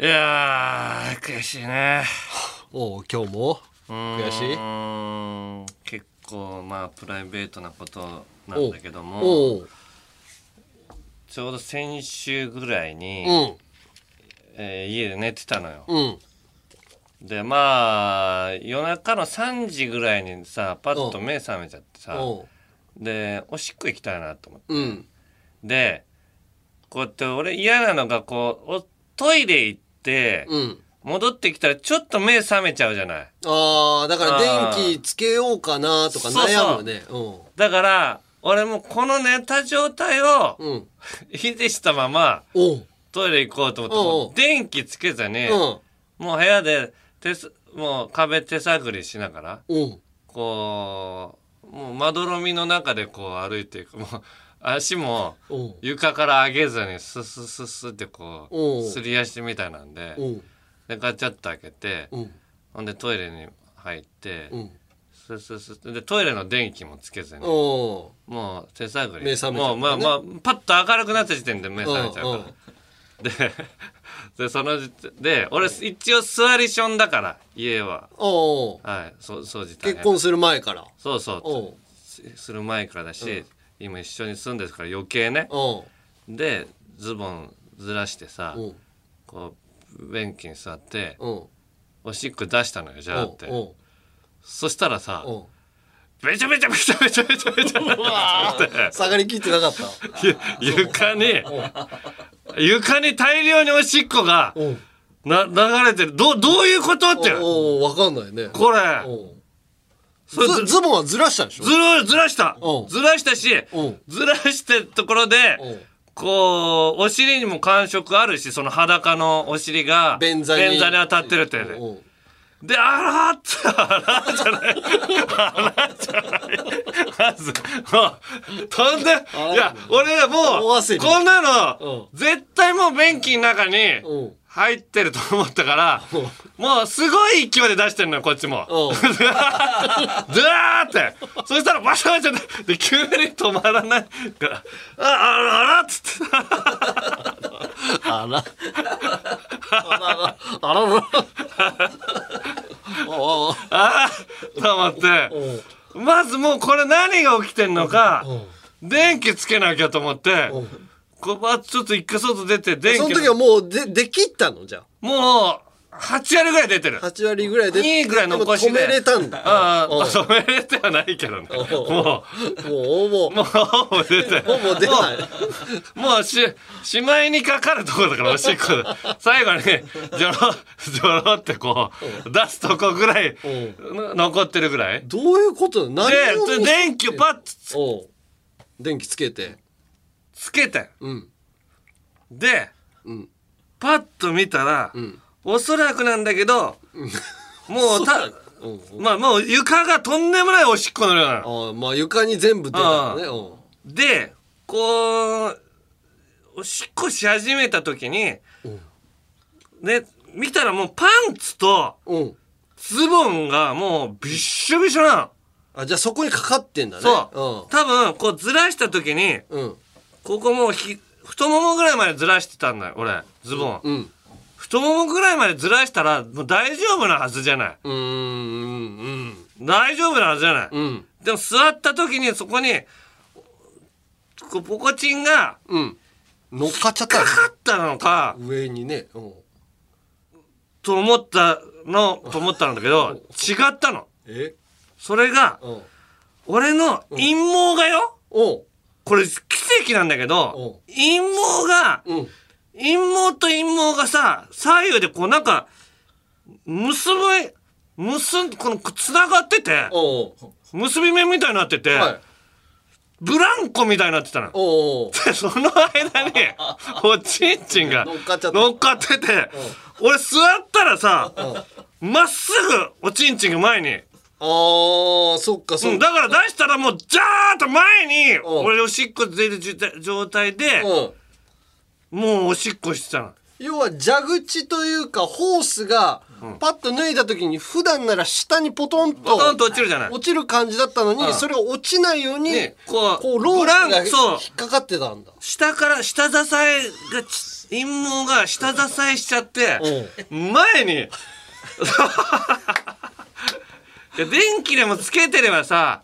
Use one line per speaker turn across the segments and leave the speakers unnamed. いやー悔しいね
おお今日も悔し
う
い
ーん結構まあプライベートなことな
お
ん
う
だけど
お
も
う
ちょうど先週ぐらいに、
うん
えー家で寝てたのよ
うん
でまあ夜中の3時ぐらいにさパッと目覚めちゃってさ
おう
でおしっこ行きたいなと思って
うん
でこうやって俺嫌なのがこうおトイレ行って
うん
戻ってきたらちょっと目覚めちゃうじゃない
ああだから
あー
電気つけようかなとか
そうそう
悩むねう
だから俺もうこの寝た状態を
んうん
維持したまま
おう
トイレ行こうと思って
おうおう
もう電気つけずに
うん
もう部屋で手すもう壁手探りしながら
うん
こうもうまどろみの中でこう歩いていくもう足も
おう
床から上げずにススススってこ
おう
うすり足みたいなんで
おう
でガチャッと開けて
うん
ほんでトイレに入って
うん
ススススでトイレの電気もつけずに
おう
もう手探り
目覚めちゃう
もうまあまあパッと明るくなった時点で目覚めちゃうから
うんうん
ででその時で俺一応座りションだから家は
おう
はいそう掃除大変
結婚する前から
そうそう
おう
すする前からだし、今一緒に住んでるから余計ね
おう
でズボンずらしてさ
おう
こう便器に座って
おう
おしっこ出したのよじゃあって
おう
そしたらさ
おう
べちゃべちゃべちゃべちゃべちゃべちゃ
下がりきってなかった
ゆ床に床に大量におしっこが
おう
な流れてるどうどういうことって
おうわかんないね
これ
おう
それ
ズズボンはずらしたんでしょ
ずるずらした
うん
ずらしたし
うん
ずらしてるところで
うん
こうお尻にも感触あるしその裸のお尻が
便座に
当たってるって
おう
であらってあらじゃないあらじゃないまずもう飛んでいや俺ら
思
も
わせ
う
る
こんなの
う
絶対もう便器の中に
おう
入ってると思ったからもうすごい勢いで出してるのよこっちも。
おう
ずらーってそしたらバシャバシャってで急に止まらないから「ああらあら」っつって
あら。あらら。あらら。おう
「あら」と思って
おう
まずもうこれ何が起きてんのか
おう
電気つけなきゃと思って
おう
こうばちょっと一回外出て電気
その時はもうでできったのじゃ
もう8割ぐらい出てる
あ。8割ぐらいで。
2ぐらい残しで
止めれたんだ。
ああ
おう
止めれてはないけどねも
もう、もう、
うもうもう出て
もう出ない。
もうし、しまいにかかるところだから、おしっこで。最 後に、じょろ、じょろってこう、出すとこぐらい、の残ってるぐらい。で、
どういうことなの何を
で電気をパッとつ
おう電気つけて。
つけて。
うん。
で、
うん。
パッと見たら、
ん
おそらくなんだけど、もうた、
おう
まあもう床がとんでもないおしっこの量なの。
ああ、まあ床に全部出たからね。
あ
おう
で、こう、おしっこし始めた時に、
うん
ね、見たらもうパンツと、
うん。
ズボンがもうびっしょびしょなの。
あ、じゃあそこにかかってんだね。
そう。多分、こうずらした時に、
う。うん。
ここもうひ、太ももぐらいまでずらしてたんだよ、俺、ズボン。
うん。
太ももぐらいまでずらしたら、もう大丈夫なはずじゃない。
うん。うん。うん。
大丈夫なはずじゃない。
うん。
でも座った時にそこに、こうポコチンが、
うん。乗っかっちゃったよ
か
ね
かったのか、
上にね、うん、
と思ったの、と思ったんだけど、違ったの。
え、
それが、
うん、
俺の陰謀がよ、
おう、
これ奇跡なんだけど、陰謀が、
うん、
陰謀と陰謀がさ、左右でこうなんか、結び、結ん、この、繋がってて、
おう、
結び目みたいになってて、
はい、
ブランコみたいになってたの。
おう、
で、その間 に、おちんちんが
乗っかっちゃった
乗っかってて、俺座ったらさ、まっすぐおちんちんが前に、
ああ、そっか、そ
うん
っか、
だから出したらもう、ジャーッと前に、
お
俺おしっこ出る状態で、
うん、
もうおしっこしてたの。
要は蛇口というかホースがパッと脱いだ時に普段なら下にポトンと
ポトンと落ちるじゃない
落ちる感じだったのに、
うん
それが落ちないように、
ね
こ
こ
う
う
ロープ
ブラ
が
ン
引
そう
っかかってたんだ
下から下支えがち陰毛が下支えしちゃって前にいや電気でもつけてればさ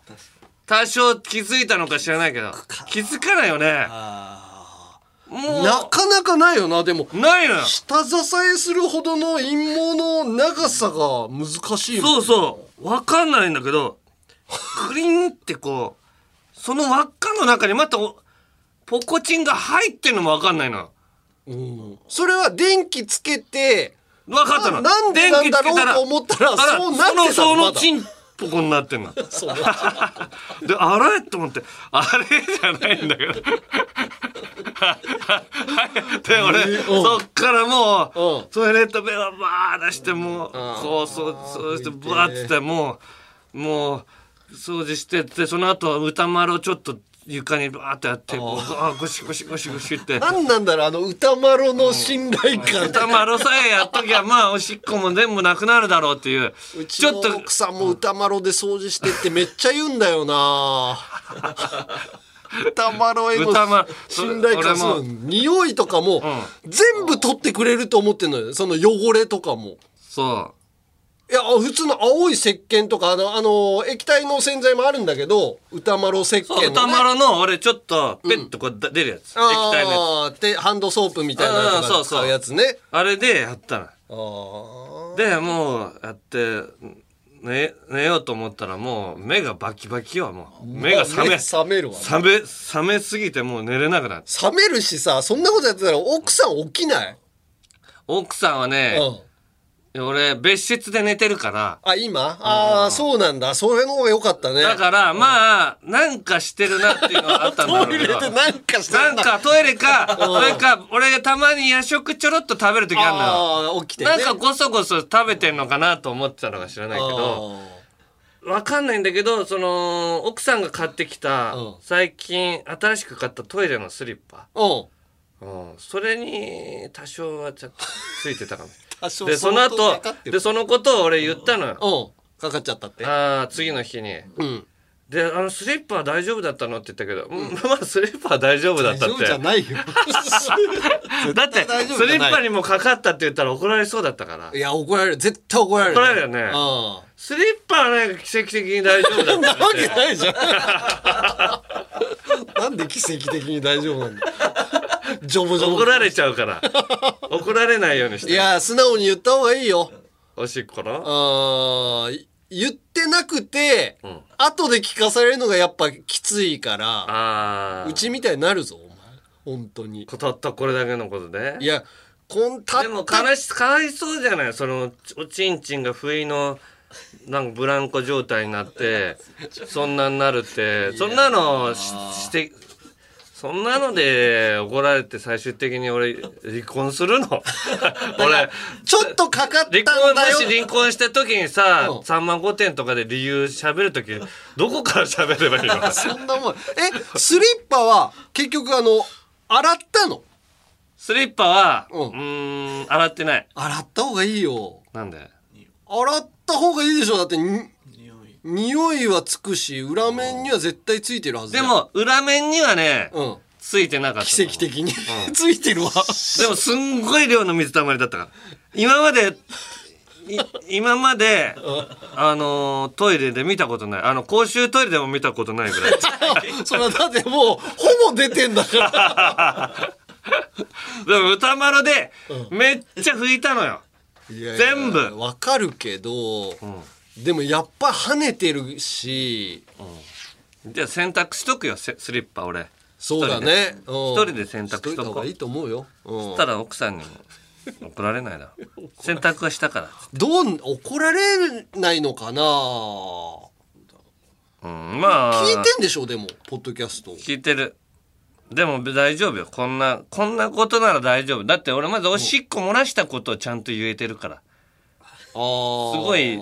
多少気づいたのか知らないけど気づかないよねも
なかなかないよなでも
うないのよ
下支えするほどの陰毛の長さが難しいも
そう
ん
そうわかんないんだけどクリンってこうその輪っかの中にまたおポコチンが入ってんのもわかんないのよ
うんそれは電気つけて
分かったの
ななんでなんだろうと思ったら
あら
そうなってたの
そのそ
ま
の
だ
チンポコになってんので
そう
あれと思ってあれじゃないんだけど で俺、そっからもう、
うん
トイレットペーパーバー出してもうこうそうそうしてバーってってもうもう掃除してってその後歌丸をちょっと床にバーってやってこうあゴシゴシゴシゴシって。
なんなんだろうあの歌丸の信頼感
歌丸さえやっときゃまあおしっこも全部なくなるだろうっていう
うち
ち
の
ょっと
奥さんも歌丸で掃除してってめっちゃ言うんだ よな歌丸への
歌丸
信頼感
それ
そ
俺
う
も
匂いとかも全部取ってくれると思ってんのよその汚れとかも
そ
いや普通の青い石鹸とかあのあの液体の洗剤もあるんだけど歌丸石鹸
う
の、ね、
歌丸の俺ちょっとペッとこう出るやつ、液体のやつ
あーでハンドソープみたいなの
あー
と
そう
か
そう
使うやつね
あれでやったの
あー
でもうやって寝寝ようと思ったらもう目がバキバキよもう目が覚め
冷めるわ
冷め冷めすぎてもう寝れなくなって
冷めるしさそんなことやってたら奥さん起きない、
奥さんはね
うん
俺別室で寝てるから
あ、今ああ、そうなんだ。それの方が良かったね。
だからまあなんかしてるなっていうのはあったんだろ
ト
うけ
イレで
ど
なんかして
なん
だ
かトイレか、それか、俺がたまに夜食ちょろっと食べる時あるのよ。
ああ、起きてね。
なんかごそごそ食べてんのかなと思ってたのか知らないけど、わかんないんだけど、その、奥さんが買ってきた
うん、
最近新しく買ったトイレのスリッパ。
あー。うん。
うん、それに多少はちょっとついて たかも。
多少
で、その後
相当かかっ、てる
で、そのことを俺言ったのよ。
うん。かかっちゃったって。
ああ、次の日に。
うん。
で、あの、スリッパは大丈夫だったのって言ったけど、うん、 まあ、スリッパは大丈夫だっ
大
た
丈
っ
夫
て
じ。ゃな いよ。
だって
絶対大丈夫じ
ス
ゃない
リッパにもかかったって言ったら怒られそうだったから
いや、怒られる。絶対怒られる。
怒られるよね
うん。
スリッパはなんか奇跡的に大丈夫だっ た
な
ら
わ
し
けないじゃん。なんで奇跡的に大丈夫なんだ。ジョボ
い
ジョボ。
怒られちゃうから怒られないようにし
い
て
や、素直に言った方がいいよ。
おしっこの
あー言ってなくて、
ん
後で聞かされるのがやっぱきついから、
ああ
うちみたいになるぞ、お前。本当に。
たったこれだけのことで
いや、こんた
でも
た
悲しかわいそうじゃないそのおちんちんが不意のなんかブランコ状態になってそんなになるってそんなのししてそんなので怒られて最終的に俺離婚する の俺
ちょっとかかったんだ
離
よ。
婚もし離婚した時にさ
うん
3万5点とかで理由喋る時どこから喋ればい いの
そんなもん。え、スリッパは結局あの、洗ったの
スリッパはう
うん
ーん洗ってない
洗った方がいいよ。
なんで
洗った方がいいでしょだってに、匂いはつくし、裏面には絶対ついてるはずだ
で
よ、
も裏面にはね
うん。
ついてなかった
奇跡的に ついて るわ。
でもすんごい量の水たまりだったから今までい今まであのートイレで見たことないあの公衆トイレでも見たことない ぐらい
それはだってもう、ほぼ出てんだから。
でも歌丸でめっちゃ拭いたのよ
いやいや
全部
わかるけど、でもやっぱ跳ねてるし、
じゃあ洗濯しとくよせスリッパ俺
そうだね
一人で洗濯しとこう
しといた方がいいと思うよ、うん
そしたら奥さんにも怒られ ないだろ洗濯はしたから
どう怒られないのかな
うんまあ
聞いてんでしょでもポッドキャスト
聞いてるでも大丈夫よこんなこんなことなら大丈夫だって俺まずおしっこ漏らしたことをちゃんと言えてるから
あー
すごい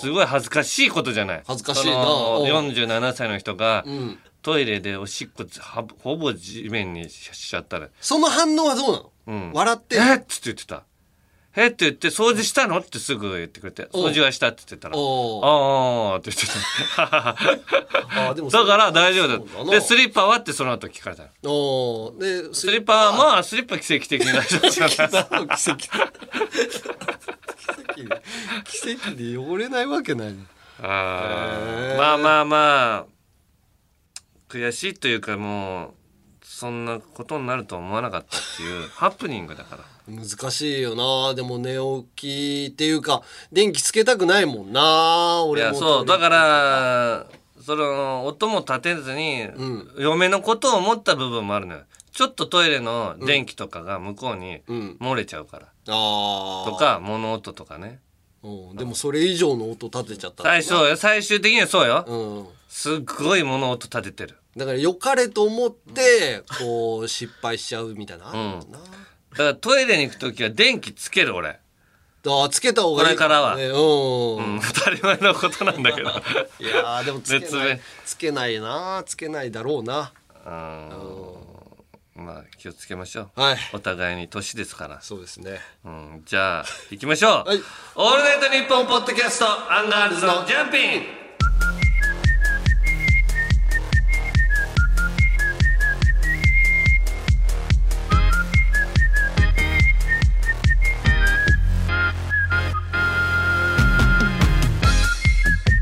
すごい恥ずかしいことじゃない
恥ずかしいな
その
うん
47歳の人が、
ん
トイレでおしっこはほぼ地面にしちゃったら
その反応はどうなの、
ん
笑っ
「え
てる
っ!」っつって言ってた「えって言って、掃除したのってすぐ言ってくれて、
おう
掃除はしたって言ってたら、あ
おう
あーって言って
あーでも
た。だから大丈
そう
夫
だ
だ。
な
で、スリッパはってその後聞かれたの。
おーで
ス
ス
リッパは、まあ、スリッパ奇跡的に大丈 夫だな。
何の奇跡奇跡奇跡で汚れないわけない
あ
へ
ー
ー
まあまあまあ悔しいというかもうそんなことになるとは思わなかったっていう ハプニングだから
難しいよなでも寝起きっていうか電気つけたくないもんな俺
い
も
やそうだからその音も立てずに、
ん
嫁のことを思った部分もあるのよちょっとトイレの電気とかが向こうに
うん
漏れちゃうから、
ああ
とか物音とかね
うん、でもそれ以上の音立てちゃった
最初最終的にはそうよ、
うん
すっごい物音立ててる
だから良かれと思ってこう失敗しちゃうみたいな、あるもんな
だからトイレに行く時は電気つける俺
あーつけた方がいい
これからは
ねうん、
うん当たり前のことなんだけど
いやーでもつけ
絶
な
命
いつけないなつけないだろうな
うんまあ気をつけましょう、
はい
お互いに年ですから、
そうですね
うん、じゃあ行きましょう、
はい
オールナイトニッポン」ポッドキャストアンガールズのジャンピン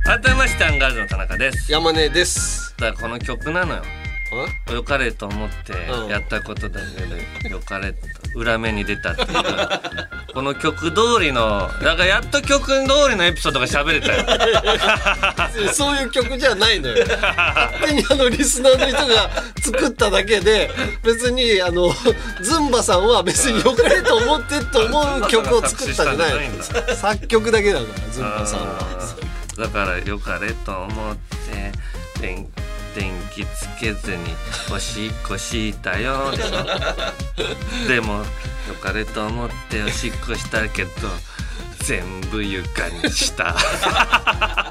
改めましてアンガールズの田中です
山根です
だからこの曲なのよ
あ
良かれと思ってやったことだけど良かれと裏目に出たっていうかこの曲通りのだからやっと曲通りのエピソードが喋れたよ
そういう曲じゃないのよ勝手にあのリスナーの人が作っただけで別にあのズンバさんは別に良かれと思ってと思う曲を作ったんじゃないの作曲だけだからズンバさんは
だから良かれと思って電電気つけずにおしっこした よでも良かれと思っておしっこしたけど全部床にした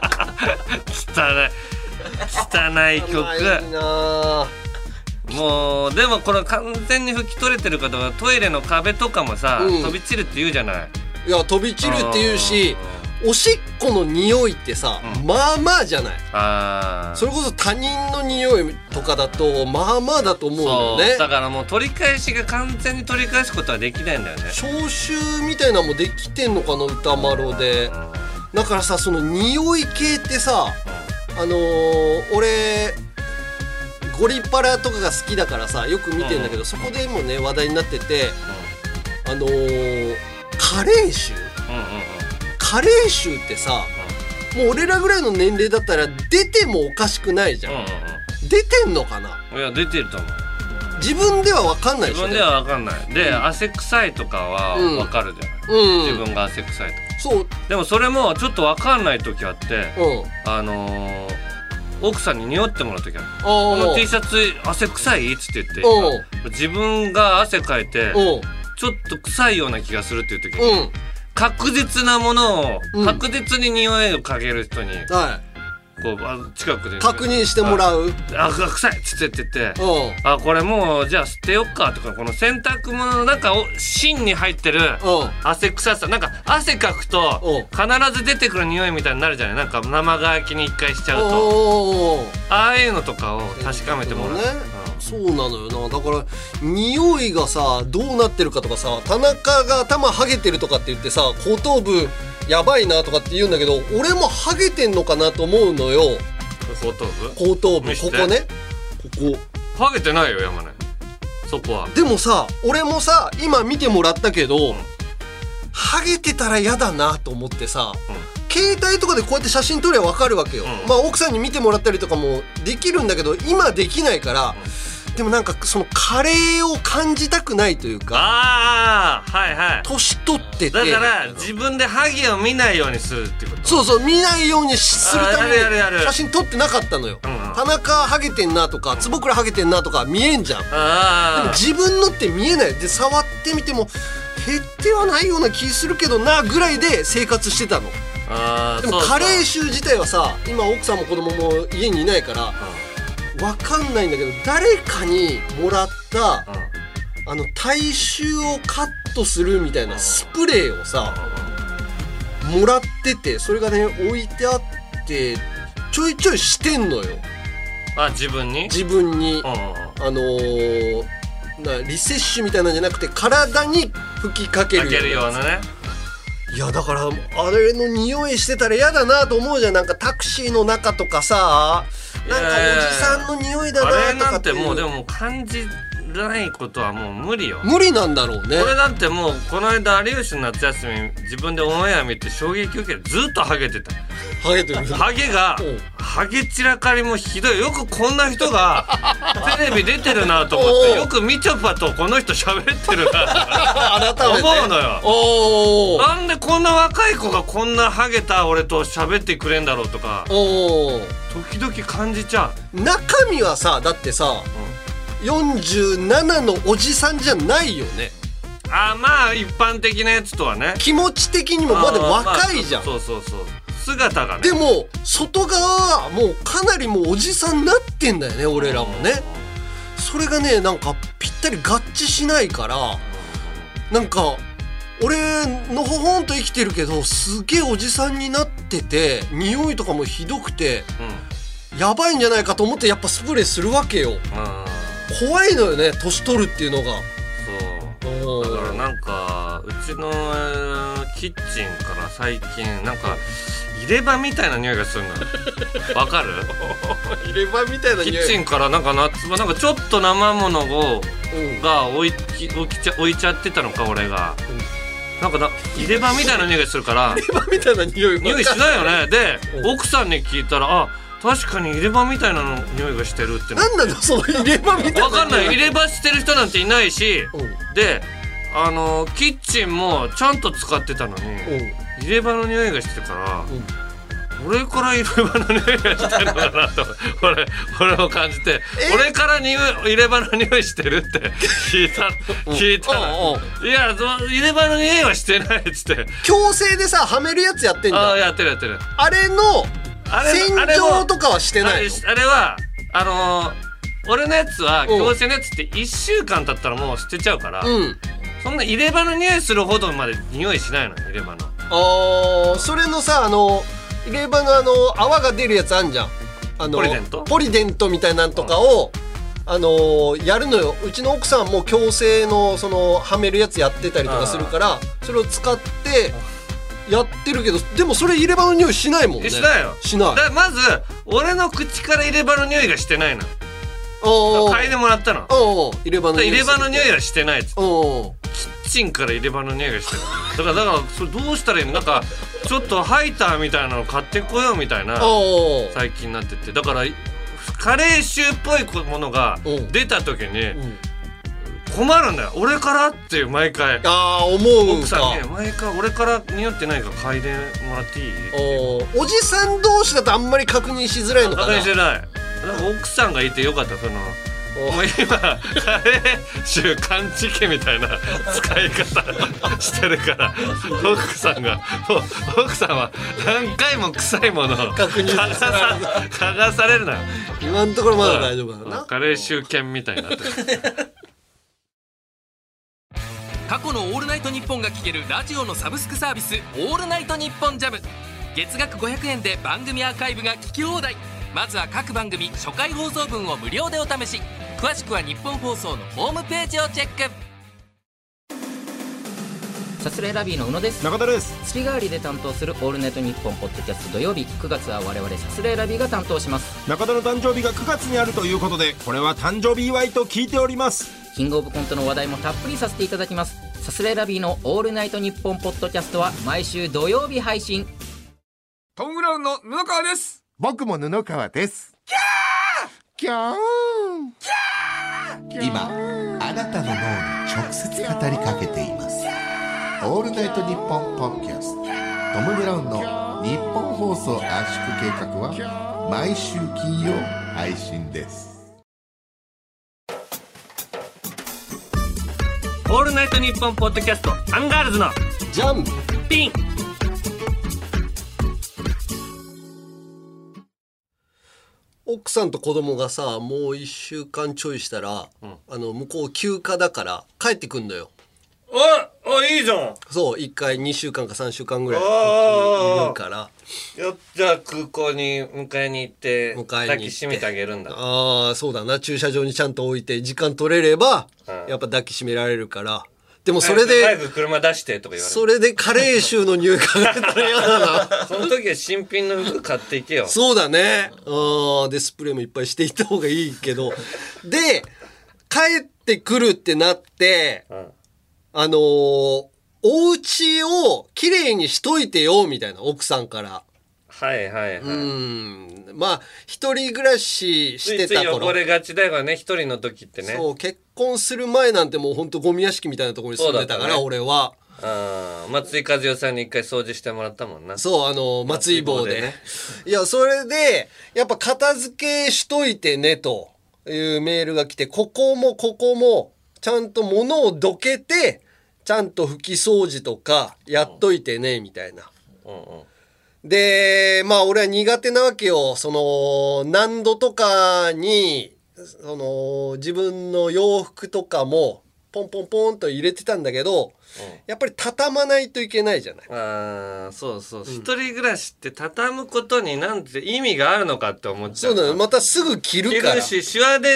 汚い汚い曲
いいな
もうでもこれ完全に拭き取れてるかとかトイレの壁とかもさ、
うん
飛び散るって言うじゃない
いや飛び散るっていうしおしっこの匂いってさ、
うん
まあまあじゃない
あー
それこそ他人の匂いとかだとまあまあだと思う
そ
の
う
ね
だからもう取り返しが完全に取り返すことはできないんだよね
消臭みたいなのもできてんのかな歌丸で
うんうん
だからさその匂い系ってさあのー俺ゴリパラとかが好きだからさよく見てんだけど、そこでもね話題になっててあのー、加齢臭
うんうん
加齢臭ってさもう俺らぐらいの年齢だったら出てもおかしくないじゃん、
うんうんうん
出てんのかな
うんいや出てると思う
自分では分かんないでし
自
ょ
分では分かんないで、汗臭いとかは
うん
分かるじゃない、
うん
自分が汗臭いとか
そううん
でもそれもちょっと分かんない時あってあのー奥さんに匂ってもらう時ある
ああ
この T シャツ汗臭いっつって言って
おう
自分が汗かいて
うん
ちょっと臭いような気がするっていう時
う
に
ん
確実なものを
うん
確実に匂いをかける人に
は
こうあ近くで
い確認してもらううん
ああ臭いっつって言っててあこれもうじゃあ捨てよっかとかこの洗濯物の中を芯に入ってる
うん
汗臭さなんか汗かくと
おう
必ず出てくる匂いみたいになるじゃないなんか生乾きに一回しちゃうと
おー
ああいうのとかを確かめてもらう
ね。そうなのよなだから匂いがさどうなってるかとかさ田中が頭ハゲてるとかって言ってさ後頭部やばいなとかって言うんだけど俺もハゲてんのかなと思うのよ
後頭部
後頭部
見
こ
せて
こねここ
ハゲてないよ山根そこは
でもさ俺もさ今見てもらったけど、
ん
ハゲてたら嫌だなと思って
ん
さ、携帯とかでこうやって写真撮れば分かるわけよ、
うん
まあ奥さんに見てもらったりとかもできるんだけど今できないから、でもなんかそのカレーを感じたくないというか
ああはいはい
年取ってて
だから自分でハゲを見ないようにするってこと
そうそう見ないようにするため
あ
に
やるやるやる
写真撮ってなかったのよ、
うんうん
田中ハゲてんなとか坪倉ハゲてんなとか見えんじゃん
あ
自分のって見えないで触ってみても減ってはないような気するけどなぐらいで生活してたの
あああ
でも
そう
加齢臭自体はさ今奥さんも子供も家にいないからわかんないんだけど誰かにもらった
うんうん
あの体臭をカッとするみたいなスプレーをさもらっててそれがね置いてあってちょいちょいしてんのよ
あ自分に
自分に
うんうん
あのーなリセッシュみたいなんじゃなくて体に吹きかけ
か
る
けるようなね
いやだからあれの匂いしてたら嫌だなと思うじゃんなんかタクシーの中とかさなんか
いやいやいや
おじさんの匂いだ
あれ
なと
な
か
ん
って
て
いう
もうでも感じないことはもう無理よ
無理なんだろうね
俺だってもうこの間有吉の夏休み自分でオンエア見て衝撃受けてずっとハゲてた
ハゲてる
ハゲが
うん
ハゲ散らかりもひどいよくこんな人 がテレビ出てるなと思っ
おう
てよくみちょぱとこの人喋ってる な
改めて
思うのよ
おー
なんでこんな若い子がこんなハゲた俺と喋ってくれんだろうとか
おー
時々感じちゃ
中身はさだってさ
う、うん
47のおじさんじゃないよね
あまあ一般的なやつとはね
気持ち的にもまだ若いじゃん、
あーまあそうそうそうそう姿がね
でも外側はもうかなりもうおじさんになってんだよね俺らもねそれがねなんかぴったり合致しないからなんか俺のほほんと生きてるけどすげえおじさんになってて匂いとかもひどくて
うんうん
やばいんじゃないかと思ってやっぱスプレーするわけよ怖いのよね年取るっていうのが
そうだからなんかうちのえーキッチンから最近なんか入れ歯みたいな匂いがする のわかる
入れ歯みたいな
キッチンからなんか夏場なんかちょっと生ものを
うん
が置いき置きちゃ置いちゃってたのか俺が、
うん
なんかな入れ歯みたいな匂いがするから
入れ歯みたいな匂い
匂いしないよねで
うん
奥さんに聞いたらあ確かに入れ歯みたいなの匂いがしてるってな
なんなのその入れ歯みたいな
わかんない入れ歯してる人なんていないし
うんう
であのキッチンもちゃんと使ってたのに
ん
入れ歯の匂いがしてるから
うん
俺から入れ歯の匂いがしてるのかなと 俺俺を感じて俺から匂い入れ歯の匂いしてるって 聞いた聞いたら
うんうん
いやそ入れ歯の匂いはしてないっつって
強制でさはめるやつやってんじゃん
ああ
あ
やってるやってる
れの
あれ
洗
あれ
浄
も
とかはして
あ
ない
れ
の
あれはあのー俺のやつは
うん
強制のやつって1週間経ったらもう捨てちゃうから、
うん
そんな入れ歯の匂いするほどまで匂いしないの入れ歯の
あーそれのさあの入れ歯のあの泡が出るやつあんじゃんあの
ポリデント
ポリデントみたいなんとかを、あのーやるのようちの奥さんも矯正のそのはめるやつやってたりとかするからそれを使ってやってるけどでもそれ入れ歯の匂いしないもんね
えしないよ
しない
だからまず俺の口から入れ歯の匂いがしてないのだか
お
ら
ー
嗅いでもらったのだか
おー入れ歯の
ら
匂い
入れ歯の匂いはしてないっつって
おー
キッチンから入れ歯の匂いがしてるだからだからそれどうしたらいいのなんかちょっとハイターみたいなの買ってこようみたいな
おー
最近になっててだからカレー臭っぽいものが
うん
出た時に、
うん
困るんだよ俺からっていう毎回
ああ思うん
奥さ
か
んね毎回俺から匂ってないから嗅いでもらっていい
おーおじさん同士だとあんまり確認しづらいの
バ
か
カ
な
にしてないなんか奥さんがいてよかったその
お
もう今カレー臭感知器みたいな 使い方 してるから奥さんがもう奥さんは何回も臭いものを
確認す
嗅
る
がさ嗅がされるなよ
今のところまだ大丈夫だ
うん
な
カレー臭犬みたいになってる
過去の「オールナイトニッポン」が聴けるラジオのサブスクサービス「オールナイトニッポンジャム月額500円で番組アーカイブが聞き放題まずは各番組初回放送分を無料でお試し詳しくは日本放送のホームページをチェック
サスレラビーの宇野です
中田です
月替わりで担当する「オールナイトニッポン」ポッドキャスト土曜日9月は我々サスレラビーが担当します
中田の誕生日が9月にあるということでこれは誕生日祝いと聞いております
キングオブコントの話題もたっぷりさせていただきますサスレラビーの「オールナイトニッポン」ポッドキャストは毎週土曜日配信
トム・ブラウンの布川です
僕も布川です。キャーキャー今、あなたの脳に直接語りかけています。オールナイトニッポンポッドキャスト、トム・ブラウンの日本放送圧縮計画は、毎週金曜配信です。
「オールナイトニッポン」ポッドキャストアンガールズの
ジャン
ピン
奥さんと子供がさもう1週間ちょいしたら、あの向こう休暇だから帰ってくんのよ
おあいいじゃん
そう、一回2週間か3週間ぐらい
あー
いるから。
よじゃあ空港に迎えに行って
迎えに行って
抱きしめてあげるんだ
ああ、そうだな。駐車場にちゃんと置いて、時間取れれば、
うん
やっぱ抱きしめられるから。でもそれで、
早く車出してとか言われる
それで加齢臭の匂い嗅がれたら嫌だな。
その時は新品の服買っていけよ
そうだね。うん。で、スプレーもいっぱいしていった方がいい けど。で、帰ってくるってなって、
ん
あのーお家をきれいにしといてよ、みたいな、奥さんから。
はいはいはい、
うん。まあ、一人暮らし
つ
し
い
て
つい
た
汚
頃。
れがちだよね一人の時ってね
そう、結婚する前なんてもうほんとゴミ屋敷みたいなところに住んでたか
そうだっ
ら、
たね
俺は。
あー松井和代さんに一回掃除してもらったもんな
そう、あの、松井棒
松井棒で
で
ね
ね。いや、それで、やっぱ片付けしといてね、というメールが来て、ここもここも、ちゃんと物をどけて、ちゃんと拭き掃除とか、やっといてね、みたいな。
うんうん
で、まあ俺は苦手なわけよ。その、何度とかに、その、自分の洋服とかも、ポンポンポンと入れてたんだけど、やっぱり畳まないといけないじゃない。
あーそうそう、一人暮らしって畳むことになんて意味があるのかって思っちゃ
そう
う
なの。またすぐ着
着
るから。
るしシワで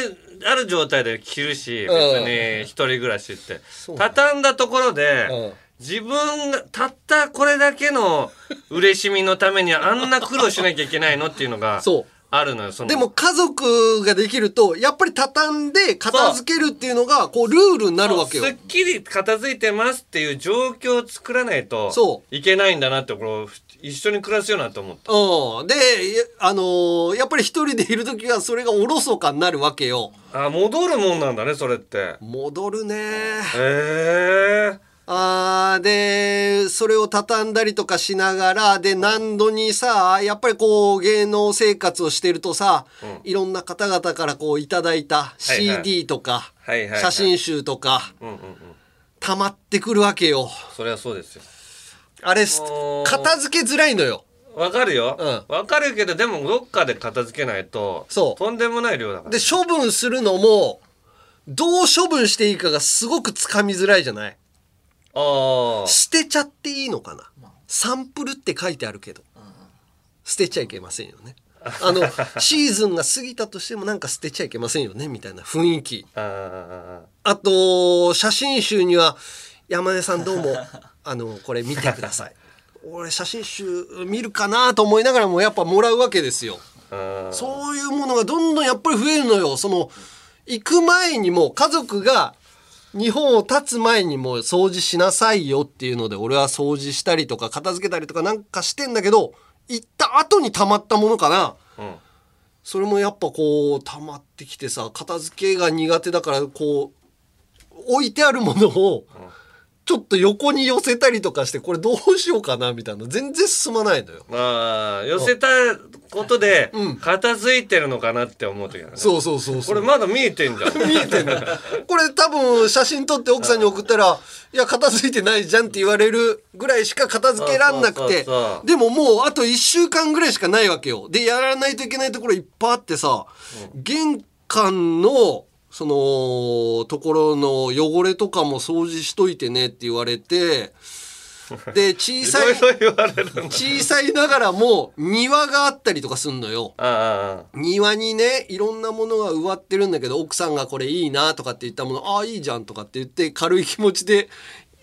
ある状態で着るし別
うん
に一人暮らしって
うなの
畳んだところで、
うん
自分がたったこれだけの嬉しみのためにあんな苦労しなきゃいけないのっていうのが
そう
あるのよその
でも家族ができると、やっぱり畳んで片付けるっていうのが、こう、ルールになるわけよ
すっ。きり片付いてますっていう状況を作らないと
そ
いけないんだなってこれ一緒に暮らすようなと思った
うん。で、あのーやっぱり一人でいるときはそれがおろそかになるわけよ。
あ戻るもんなんだねそれって
戻るね
ええ
あーで、それを畳んだりとかしながら、で、何度にさ、やっぱりこう、芸能生活をしてるとさ、いろんな方々からこう、いただいた
いはい
CD とか、
はいはいはい
写真集とか、
うんうんうん
溜まってくるわけよ。
それはそうですよ
あれ、す
おー
片付けづらいのよ。
わかるよわ
う、
かるけどでもどっかで片付けないと
そう
とんでもない量だから
で、処分するのも、どう処分していいかがすごくつかみづらいじゃない
ああ
捨てちゃっていいのかなサンプルって書いてあるけど、捨てちゃいけませんよね。あ の、シーズンが過ぎたとしてもなんか捨てちゃいけませんよねみたいな雰囲気。
あー
あと、写真集には、山根さんどう も、あの、これ見てください。俺写真集見るかなと思いながらもやっぱもらうわけですよ。
あー
そういうものがどんどんやっぱり増えるのよ。その、行く前にも家族が日本を立つ前にも掃除しなさいよっていうので、俺は掃除したりとか片付けたりとかなんかしてんだけど、行った後に溜まったものかな。
うん
それもやっぱこう溜まってきてさ、片付けが苦手だからこう、置いてあるものを、ちょっと横に寄せたりとかして、これどうしようかなみたいな。全然進まないのよ。
まあ寄せたことで片付いてるのかなって思う時だね
そうそうそうそ
これ
う。
まだ見えてんじゃん
見えてんのこれ多分写真撮って奥さんに送ったら「いや片付いてないじゃん」って言われるぐらいしか片付けらんなくて
そうそうそう
でももうあと1週間ぐらいしかないわけよでやらないといけないところいっぱいあってさ玄関のそのところの汚れとかも掃除しといてねって言われてで小
い
さ
ろ
い
いろ言われるんだ
小さいながらも庭があったりとかすんのよ。
あー
庭にねいろんなものが植わってるんだけど奥さんがこれいいなとかって言ったものああいいじゃんとかって言って軽い気持ちで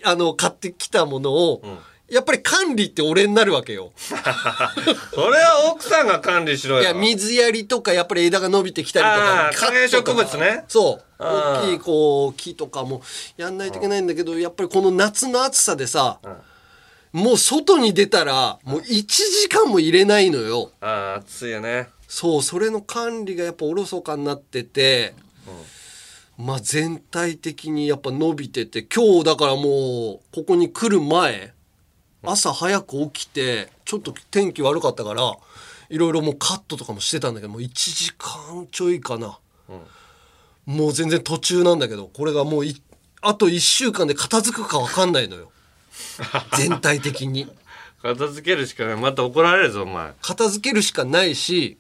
あの買ってきたものを、やっぱり管理って俺になるわけよ。
それは奥さんが管理しろよ
いや水やりとかやっぱり枝が伸びてきたりと
あ
か
あ
カ
観葉
ットと
植
か
物ね
そう
ああ
大きいこう木とかもやんないといけないんだけどやっぱりこの夏の暑さでさ、もう外に出たらもう1時間も入れないのよ。
ああ暑いよね
そうそれの管理がやっぱおろそかになってて、まあ全体的にやっぱ伸びてて今日だからもうここに来る前朝早く起きてちょっと天気悪かったからいろいろもうカットとかもしてたんだけどもう1時間ちょいかな、もう全然途中なんだけどこれがもういあと1週間で片付くか分かんないのよ全体的に。
片付けるしかないまた怒られるぞお前
片付けるしかないし、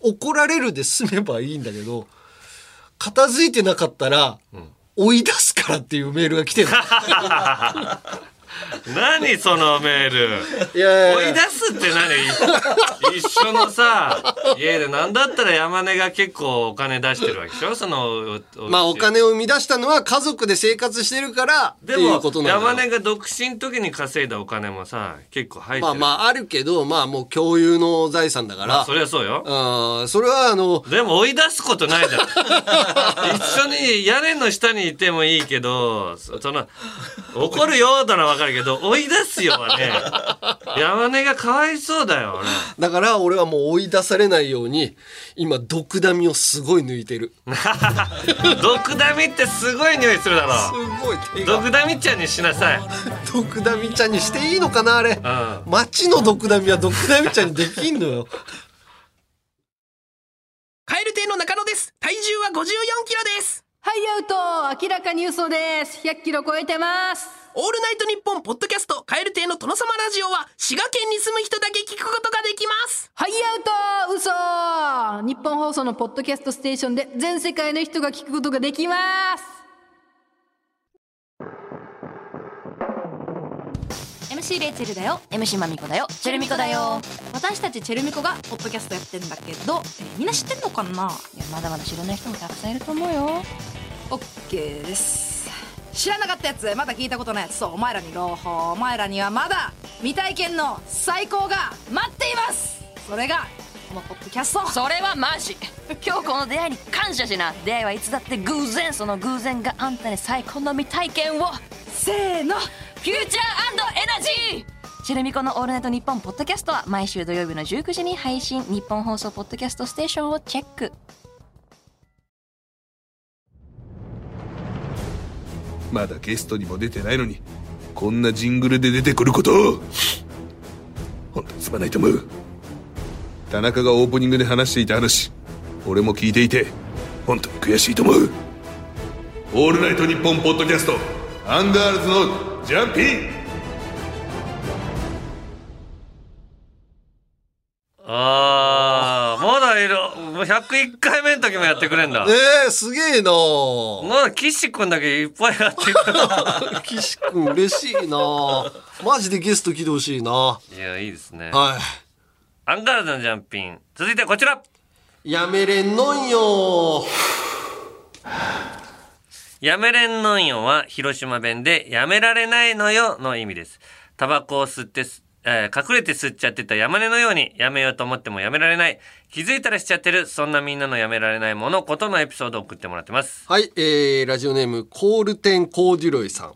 怒られるで済めばいいんだけど片付いてなかったら、追い出すからっていうメールが 来てる
何そのメール
いやいや
追い出すって 何一緒のさ家で何だったら山根が結構お金出してるわけでしょその
まあお金を生み出したのは家族で生活してるからって
で
い
も
うことなんだ
山根が独身の時に稼いだお金もさ結構入って
まあ
る
まああるけどまあもう共有の財産だから、
あそりゃそうよ
うんそれはあの
でも追い出すことない じゃん一緒に屋根の下にいてもいいけどそその怒るよだならわかるけど追い出すよはね山根がかわいそうだよ俺
だから俺はもう追い出されないように今毒ダミをすごい抜いてる
毒ダミってすごい匂いするだ
す
ろ
ごい手が
毒ダミちゃんにしなさい
毒ダミちゃんにしていいのかなあれ
うん
町の毒ダミは毒ダミちゃんにできんのよ
カエル亭の中野です体重は54キロです
ハイアウト明らかに嘘です100キロ超えてます
オールナイトニッポンポッドキャストカエル亭の殿様ラジオは滋賀県に住む人だけ聞くことができます
ハイアウト嘘日本放送のポッドキャストステーションで全世界の人が聞くことができます
ー MC レイチェルだよ MC マミコだよチェルミコだよ
私たちチェルミコがポッドキャストやってるんだけど、えーみんな知ってんのかない
やまだまだ知らない人もたくさんいると思うよ
オッケーです知らなかったやつまだ聞いたことないやつそうお前らに朗報お前らにはまだ未体験の最高が待っていますそれがこのポッドキャスト
それはマジ今日この出会いに感謝しな出会いはいつだって偶然その偶然があんたに最高の未体験を
せーの
フューチャーエナジーチェルミコのオールナイトニッポンポッドキャストは毎週土曜日の19時に配信日本放送ポッドキャストステーションをチェック
まだゲストにも出てないのにこんなジングルで出てくること本当にすまないと思う田中がオープニングで話していた話俺も聞いていて本当に悔しいと思う「オールナイトニッポン」ポッドキャストアンガールズのジャンピー
ああまだいるもう101回目の時もやってくれんだ
えー、すげえな
まだ岸君だけいっぱいやってく
岸君嬉しいなマジでゲスト来てほしいなは
る いやいいですね
い
アンガールズのジャンピン続いてこちら
やめれんのんよ
やめれんのんよは広島弁でやめられないのよの意味です。タバコを吸ってす、えー隠れて吸っちゃってた山根のようにやめようと思ってもやめられない。気づいたらしちゃってる。そんなみんなのやめられないものことのエピソードを送ってもらってます。
はい、えー、ラジオネームコールテン・コーデュロイさ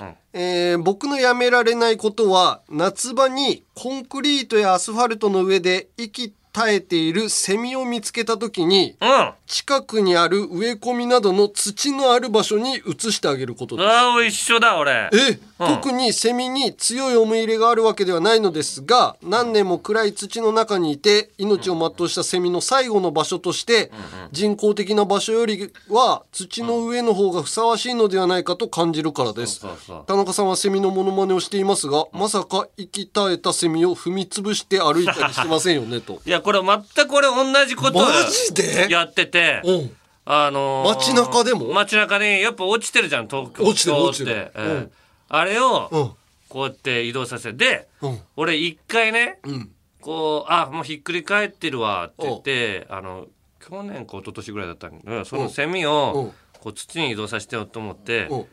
ん、えー僕のやめられないことは夏場にコンクリートやアスファルトの上で息絶えているセミを見つけた時に
うん。あ
近くにある植え込みなどの土のある場所に移してあげることです
あ、一緒だ、俺。
え、
うん
特にセミに強い思い入れがあるわけではないのですが何年も暗い土の中にいて命を全うしたセミの最後の場所として人工的な場所よりは土の上の方がふさわしいのではないかと感じるからです
そうそうそう
田中さんはセミのモノマネをしていますがまさか息絶えたセミを踏み潰して歩いたりしてませんよねと
いや、これ全く俺同じことを
マジで
やってて。
うん
あのー
街中でも
街中にやっぱ落ちてるじゃん、東京
落ちてる落ちて
東京
る
ってええ
うん
あれを、
うん
こうやって移動させて、
うん
俺一回ね、
ん
こう、あ、もうひっくり返ってるわって言って、あの、去年か一昨年ぐらいだったんだけど、そのセミ
うん
を、こう土に移動させてようと思って
うん、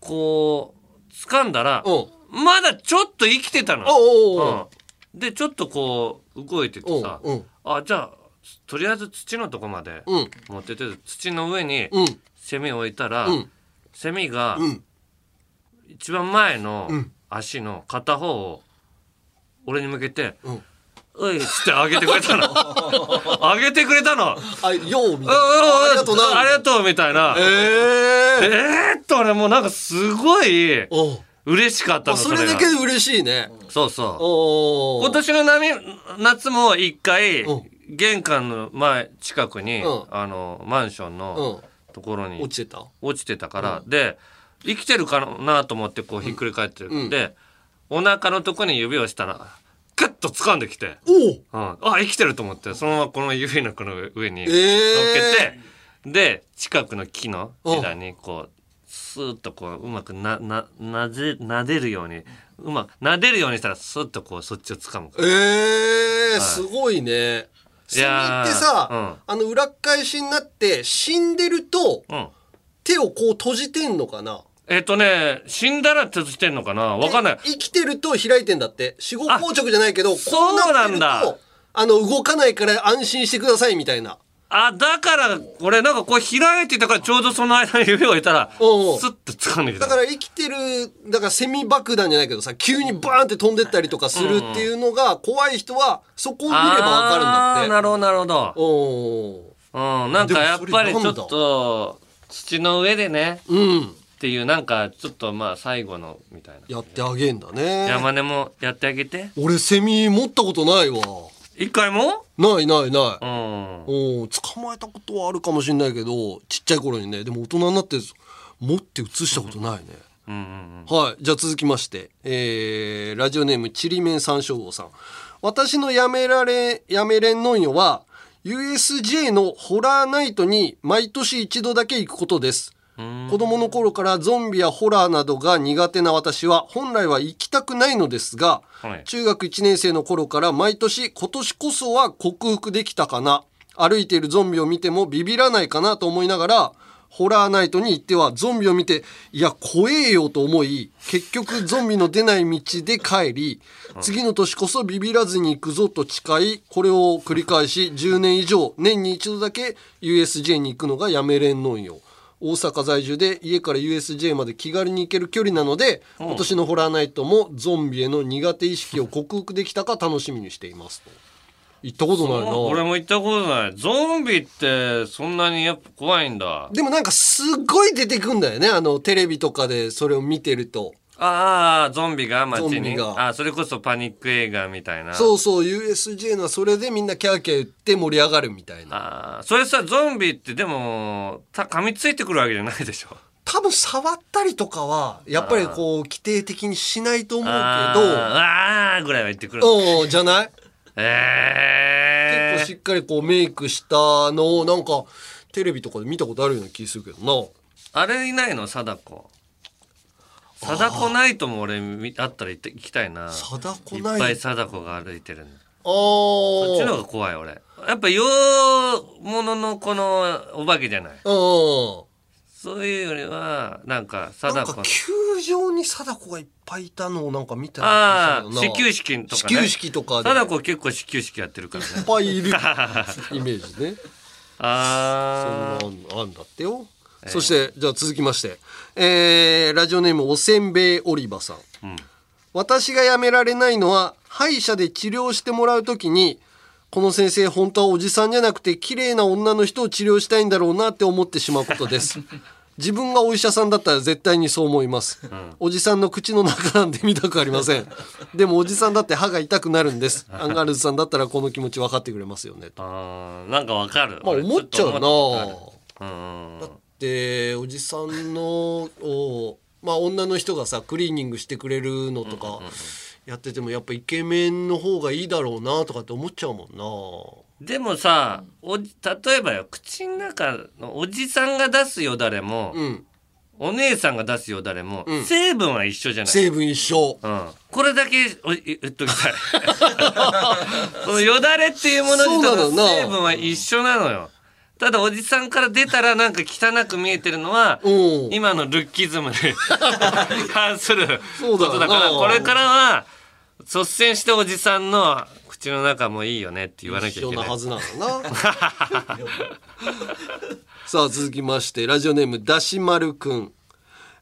こう、掴んだら
う、
まだちょっと生きてたの。
あおうおうおう
うんで、ちょっとこう、動いててさ
うんうん、
あ、じゃあ、とりあえず土のとこまで
うん
持ってて、土の上に
うん
セミを置いたら、
うん
セミが、
うん
一番前の
ん
足の片方を俺に向けて
うん
「うい」っつって上げてくれた の上げてくれたの「
あようみ
うん
たい
うんうん
なありがとうな
ありがとう」みたいな
え
え
え
ーっと俺もうなんかすごい
おう
嬉しかった
ま
の
あそれだけ
が
で嬉しいね
そうそう
お
今年の波夏も一回
うん
玄関の前近くに
うん
あのマンションのところに
落ちてた
落ちてたから、で生きてるかなと思ってこうひっくり返ってる、
うん
でお腹のとこに指をしたらグッと掴んできて、
おお
うん、あ生きてると思ってそのままこの指のこの上に乗っけて、
え
で近くの木の枝にこうスーッとこううまくなななぜなでるようにうまくなでるようにしたらスーッとこうそっちを掴むから
え
は
ー、
い
すごいね。
い
セミ
やー
ってさ、あの裏っ返しになって死んでると、手をこう閉じてんのかな
えっとね死んだら閉じてんのかなわかんない
生きてると開いてんだって死後硬直じゃないけどこうなってるとあの動かないから安心してくださいみたいな
あだから俺なんかこう開いてたからちょうどその間に指を置いたらスッと掴んできた
だから生きてるだからセミ爆弾じゃないけどさ急にバーンって飛んでったりとかするっていうのが怖い人はそこを見ればわかるんだ
あ
って
ーなるほどなるほどうんなんかやっぱり
でも
ち
そ
ょ
れ
っと土の上でね、っていうなんかちょっとまあ最後のみたいな
やってあげんだね
山根もやってあげて
俺セミ持ったことないわ
一回も
ないないない
うん
うん捕まえたことはあるかもしれないけどちっちゃい頃にねでも大人になって持って写したことないね
うんうん
はい。じゃあ続きまして、えー、ラジオネーム、ちりめん山椒王さん。私のやめられ、やめれんのんよは、USJ のホラーナイトに毎年一度だけ行くことです。子供の頃からゾンビやホラーなどが苦手な私は本来は行きたくないのですが、
はい
中学1年生の頃から毎年今年こそは克服できたかな歩いているゾンビを見てもビビらないかなと思いながらホラーナイトに行ってはゾンビを見ていや怖えよと思い結局ゾンビの出ない道で帰り次の年こそビビらずに行くぞと誓いこれを繰り返し10年以上年に一度だけ USJ に行くのがやめれんのんよ。大阪在住で家から USJ まで気軽に行ける距離なので、
うん
今年のホラーナイトもゾンビへの苦手意識を克服できたか楽しみにしていますと行ったことないな
俺も行ったことないゾンビってそんなにやっぱ怖いんだ
でもなんかすっごい出てくんだよねあのテレビとかでそれを見てると
ああゾンビが街
ゾン
に
ビ
あそれこそパニック映画みたいな
そうそう USJ のはそれでみんなキャーキャー言って盛り上がるみたいな
あーそれさゾンビってでもた噛みついてくるわけじゃないでしょ
多分触ったりとかはやっぱりこう規定的にしないと思うけど
あーあーぐらいは言ってくる
うんじゃない
え
結構しっかりこうメイクしたのをなんかテレビとかで見たことあるような気するけどな
あれいないの貞子貞子ナイトも俺みあったら行って行きたいな
貞子
いっ
ナイト
ぱい貞子が歩いてるの
あー
そっちの方が怖い俺やっぱ洋物のこのお化けじゃないそういうよりはなんか貞子
球場に貞子がいっぱいいたのをなんか見たよう
ああ
な気がする
始
な
球式とかね
始球式とかで
貞子結構始球式やってるからねいっ
ぱいいるイメージね
あ
そんなのあんだってよ、
えー
そしてじゃあ続きまして、えーラジオネームおせんべいオリバさん
あ、うん、
私がやめられないのは歯医者で治療してもらう時にこの先生本当はおじさんじゃなくて綺麗な女の人を治療したいんだろうなって思ってしまうことです 自分がお医者さんだったら絶対にそう思います、おじさんの口の中なんて見たくありません でもおじさんだって歯が痛くなるんですアンガールズさんだったらこの気持ち分かってくれますよねと
あーなんかわかる
まあ思っちゃうな
うん
でおじさんのをまあ女の人がさクリーニングしてくれるのとかやっててもやっぱイケメンの方がいいだろうなとかって思っちゃうもん
でもさおじ例えばよ口の中のおじさんが出すよだれも、お姉さんが出すよだれも、
うん
成分は一緒じゃ
な
ない
成分一緒
うんこれだけおい言っとき たいそのよだれっていうもの自体
そうな
の
のな
成分は一緒なのよただおじさんから出たらなんか汚く見えてるのは今のルッキズムに 関する
そ
こ
うだよ
とだ
な
からこれからは率先しておじさんの口の中もいいよねって言わなきゃいけない
一緒なはずなのなさあ続きましてラジオネームだしまるくん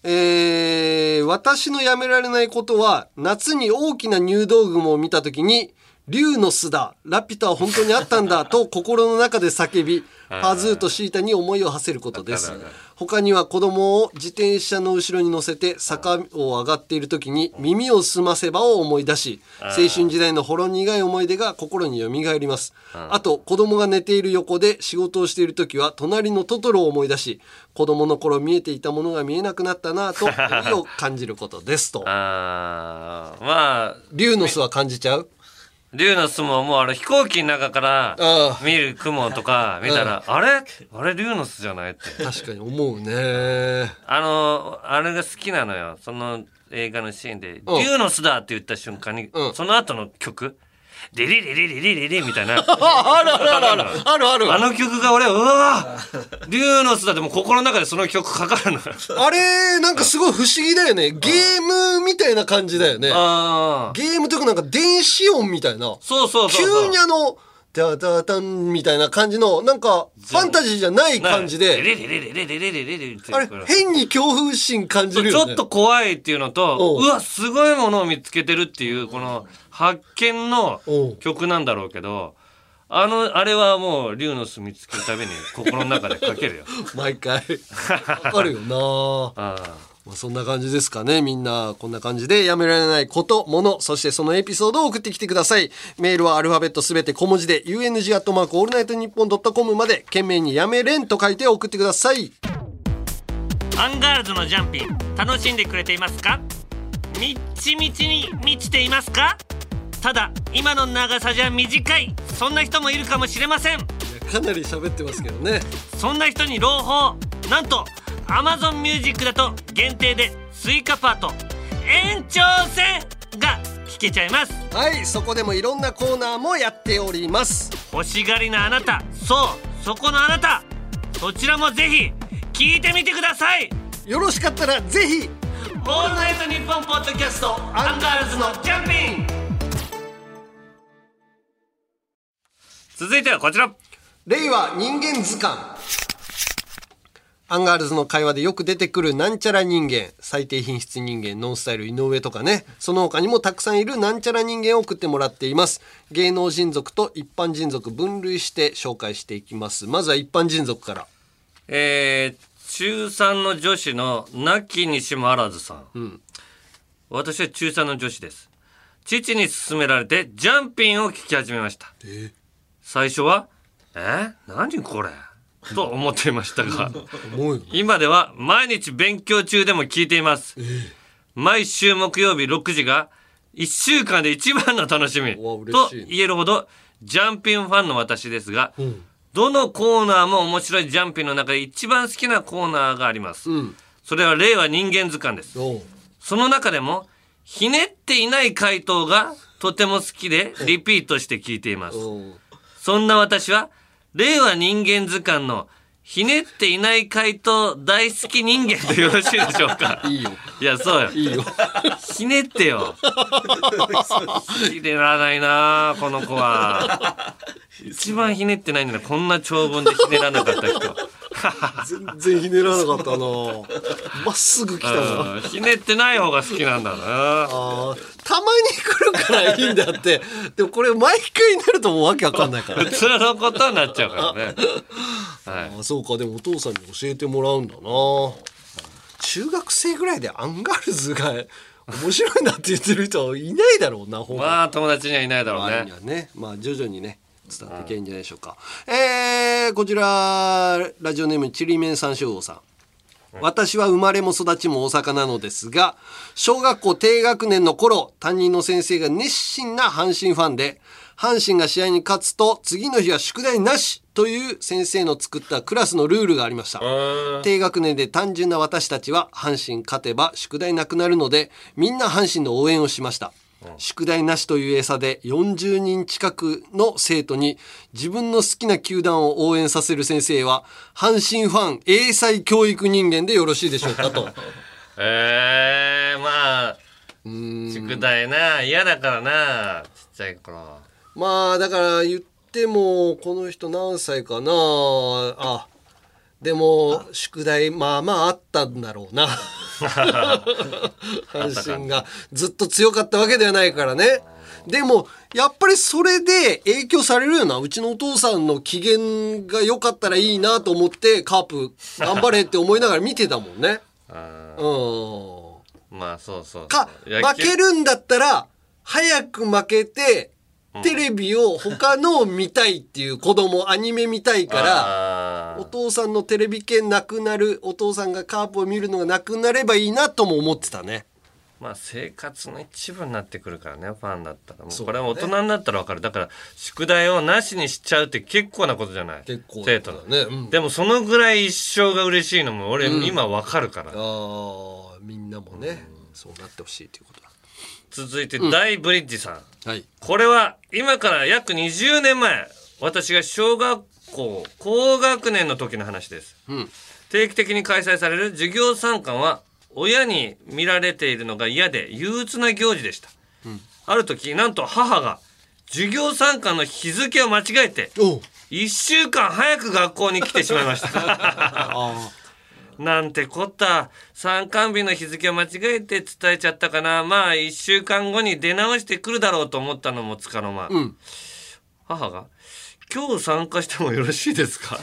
えー私のやめられないことは夏に大きな入道雲を見た時に「竜の巣だラピュタは本当にあったんだ」と心の中で叫びパズーとシータに思いを馳せることです他には子供を自転車の後ろに乗せて坂を上がっている時に「耳をすませば」を思い出し
あ
青
ー
春時代のほろ苦い思い出が心によみがえります
うん
あと子供が寝ている横で仕事をしている時は隣のトトロを思い出し子供の頃見えていたものが見えなくなったなぁ と思いを感じることですと
あーまあ
竜の巣は感じちゃう
竜の相撲もあれ飛行機の中から見る雲とか見たら、あれあれ竜の巣じゃないって。
確かに思うね。
あの、あれが好きなのよ。その映画のシーンで、
うん
竜の巣だって言った瞬間に、その後の曲、デリリリリリリリみたいな。
あるあるあるあるあるある
あの曲が俺、うわぁ竜の巣だってもう心の中でその曲かかるのよ。
あれ、なんかすごい不思議だよね。ゲームみたいな感じだよね。ゲームというかなんか電子音みたいな。
そうそうそうそう
急にあの、ダダダンみたいな感じの、なんか、ファンタジーじゃない感じ
デリ
で、
リリリリリリリリリって。
あれ、変に恐怖心感じる
ち
よ
ょっ
ね。
と怖いっていうのと、
うん
うわ、すごいものを見つけてるっていう、この発見の曲なんだろうけど、あの、あれはもう、竜の巣見つけるために心の中でかけるよ。
毎回。わかるよなまあそんな感じですかね。みんな、こんな感じで、やめられないこと、もの、そしてそのエピソードを送ってきてください。メールはアルファベットすべて小文字で、u n g a t m a r k o l n i g h t n i p p o n c o m まで、懸命にやめれんと書いて送ってください。
アンガールズのジャンピン、楽しんでくれていますかみっちみちに満ちていますかただ、今の長さじゃ短い、そんな人もいるかもしれません。
かなり喋ってますけどね。
そんな人に朗報なんと Amazon Music だと限定でスイカパート延長戦が聞けちゃいます
はい、そこでもいろんなコーナーもやっております。
欲しがりなあなたそうそこのあなたそちらもぜひ聞いてみてください
よろしかったらぜひ
オールナイトニッポンポッドキャストアンガールズのジャンピン続いてはこちら
令和人間図鑑アンガールズの会話でよく出てくるなんちゃら人間最低品質人間ノンスタイル井上とかねその他にもたくさんいるなんちゃら人間を送ってもらっています芸能人族と一般人族分類して紹介していきますまずは一般人族から
えー、中3の女子のなきにしもあらずさん、私は中3の女子です父に勧められてジャンピンを聞き始めました最初は「え何これ?」と思っていましたが
思うよ
今では毎日勉強中でも聞いています、毎週木曜日6時が1週間で一番の楽しみ
嬉
と
しいね
言えるほどジャンピンファンの私ですが、どのコーナーも面白いジャンピンの中で一番好きなコーナーがあります。それは令和人間図鑑です。その中でも、ひねっていない回答がとても好きで、リピートして聞いています。そんな私は、令和人間図鑑のひねっていない回答大好き人間でよろしいでしょうかいいよ。いや、そうよ。
いいよ。
ひねってよ。ひねらないなあこの子は。一番ひねってないんだなこんな長文でひねらなかった人。
全然ひねらなかったなまっすぐ来たな
うんひねってない方が好きなんだな
たまに来るからいいんだってでもこれ毎回になるともうわけわかんないから
普通のことになっちゃうからね。はい。
あそうかでもお父さんに教えてもらうんだな中学生ぐらいでアンガールズが面白いなって言ってる人はいないだろうなほん
まあ友達にはいないだろう
周
ね
りに。はねまあ徐々にね伝わっていけんじゃないでしょうか、えー、こちらラジオネームちりめん三四郎さん私は生まれも育ちも大阪なのですが、小学校低学年の頃、担任の先生が熱心な阪神ファンで、阪神が試合に勝つと、次の日は宿題なしという先生の作ったクラスのルールがありました。低学年で単純な私たちは、阪神勝てば宿題なくなるので、みんな阪神の応援をしました。宿題なしという餌で40人近くの生徒に自分の好きな球団を応援させる先生は阪神ファン英才教育人間でよろしいでしょうかと
ええまあ宿題な嫌だからなちっちゃい頃。
まあだから言ってもこの人何歳かなあでも宿題まあまああったんだろうな阪神がずっと強かったわけではないからねでもやっぱりそれで影響されるよなうちのお父さんの機嫌が良かったらいいなと思ってカープ頑張れって思いながら見てたもんねうん
まあそうそうそう。
か
野
負
球
けるんだったら早く負けてテレビを他のを見たいっていう子供アニメ見たいから
あ
お父さんのテレビ券なくなるお父さんがカープを見るのがなくなればいいなとも思ってたね
ーまあ生活の一部になってくるからねファンだったらもう
そう
こ
だ
れ
ね
は大人になったら分かるだから宿題をなしにしちゃうって結構なことじゃない
結構
生徒の
ね、うん
でもそのぐらい一生が嬉しいのも俺
うん
今分かるから、
ああみんなもね、そうなってほしいということだ
続いて
うん
大ブリッジさん、
はい
これは今から約20年前私が小学校高学年の時の話です
うん
定期的に開催される授業参観は親に見られているのが嫌で憂鬱な行事でした、
うん
ある時なんと母が授業参観の日付を間違えて
おう
1週間早く学校に来てしまいました なんてこった参観日の日付を間違えて伝えちゃったかなまあ1週間後に出直してくるだろうと思ったのもつかの間、
うん
母が「今日参加してもよろしいですか? 」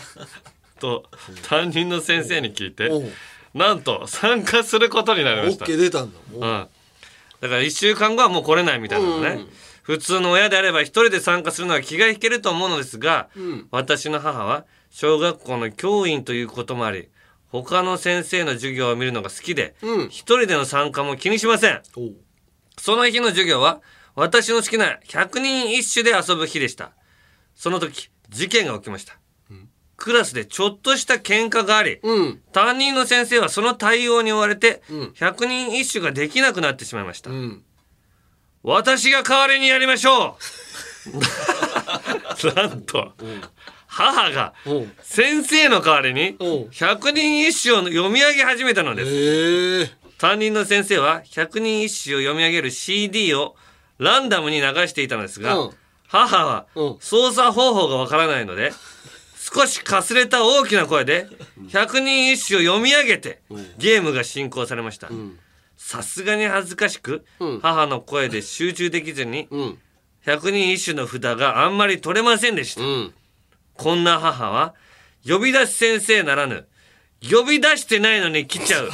と担任の先生に聞いて
おう
なんと参加することになりました。
OK 出たんだ
うん、だから1週間後はもう来れないみたいなのね、普通の親であれば一人で参加するのは気が引けると思うのですが、
うん
私の母は小学校の教員ということもあり他の先生の授業を見るのが好きで、
うん
一人での参加も気にしません
おう
その日の授業は私の好きな100人一首で遊ぶ日でしたその時事件が起きました、クラスでちょっとした喧嘩があり、
うん
担任の先生はその対応に追われて
うん
100人一首ができなくなってしまいました、
うん
私が代わりにやりましょ うなんと母が
おう
先生の代わりに
おう
100人一首を読み上げ始めたのです
へえ
担任の先生は100人一首を読み上げる CD をランダムに流していたのですが、
うん
母は
うん
操作方法がわからないので少しかすれた大きな声で100人一首を読み上げてゲームが進行されました
ん
さすがに恥ずかしく、
うん
母の声で集中できずに
うん
100人一首の札があんまり取れませんでした、
うん
こんな母は呼び出し先生ならぬ呼び出してないのに来ちゃう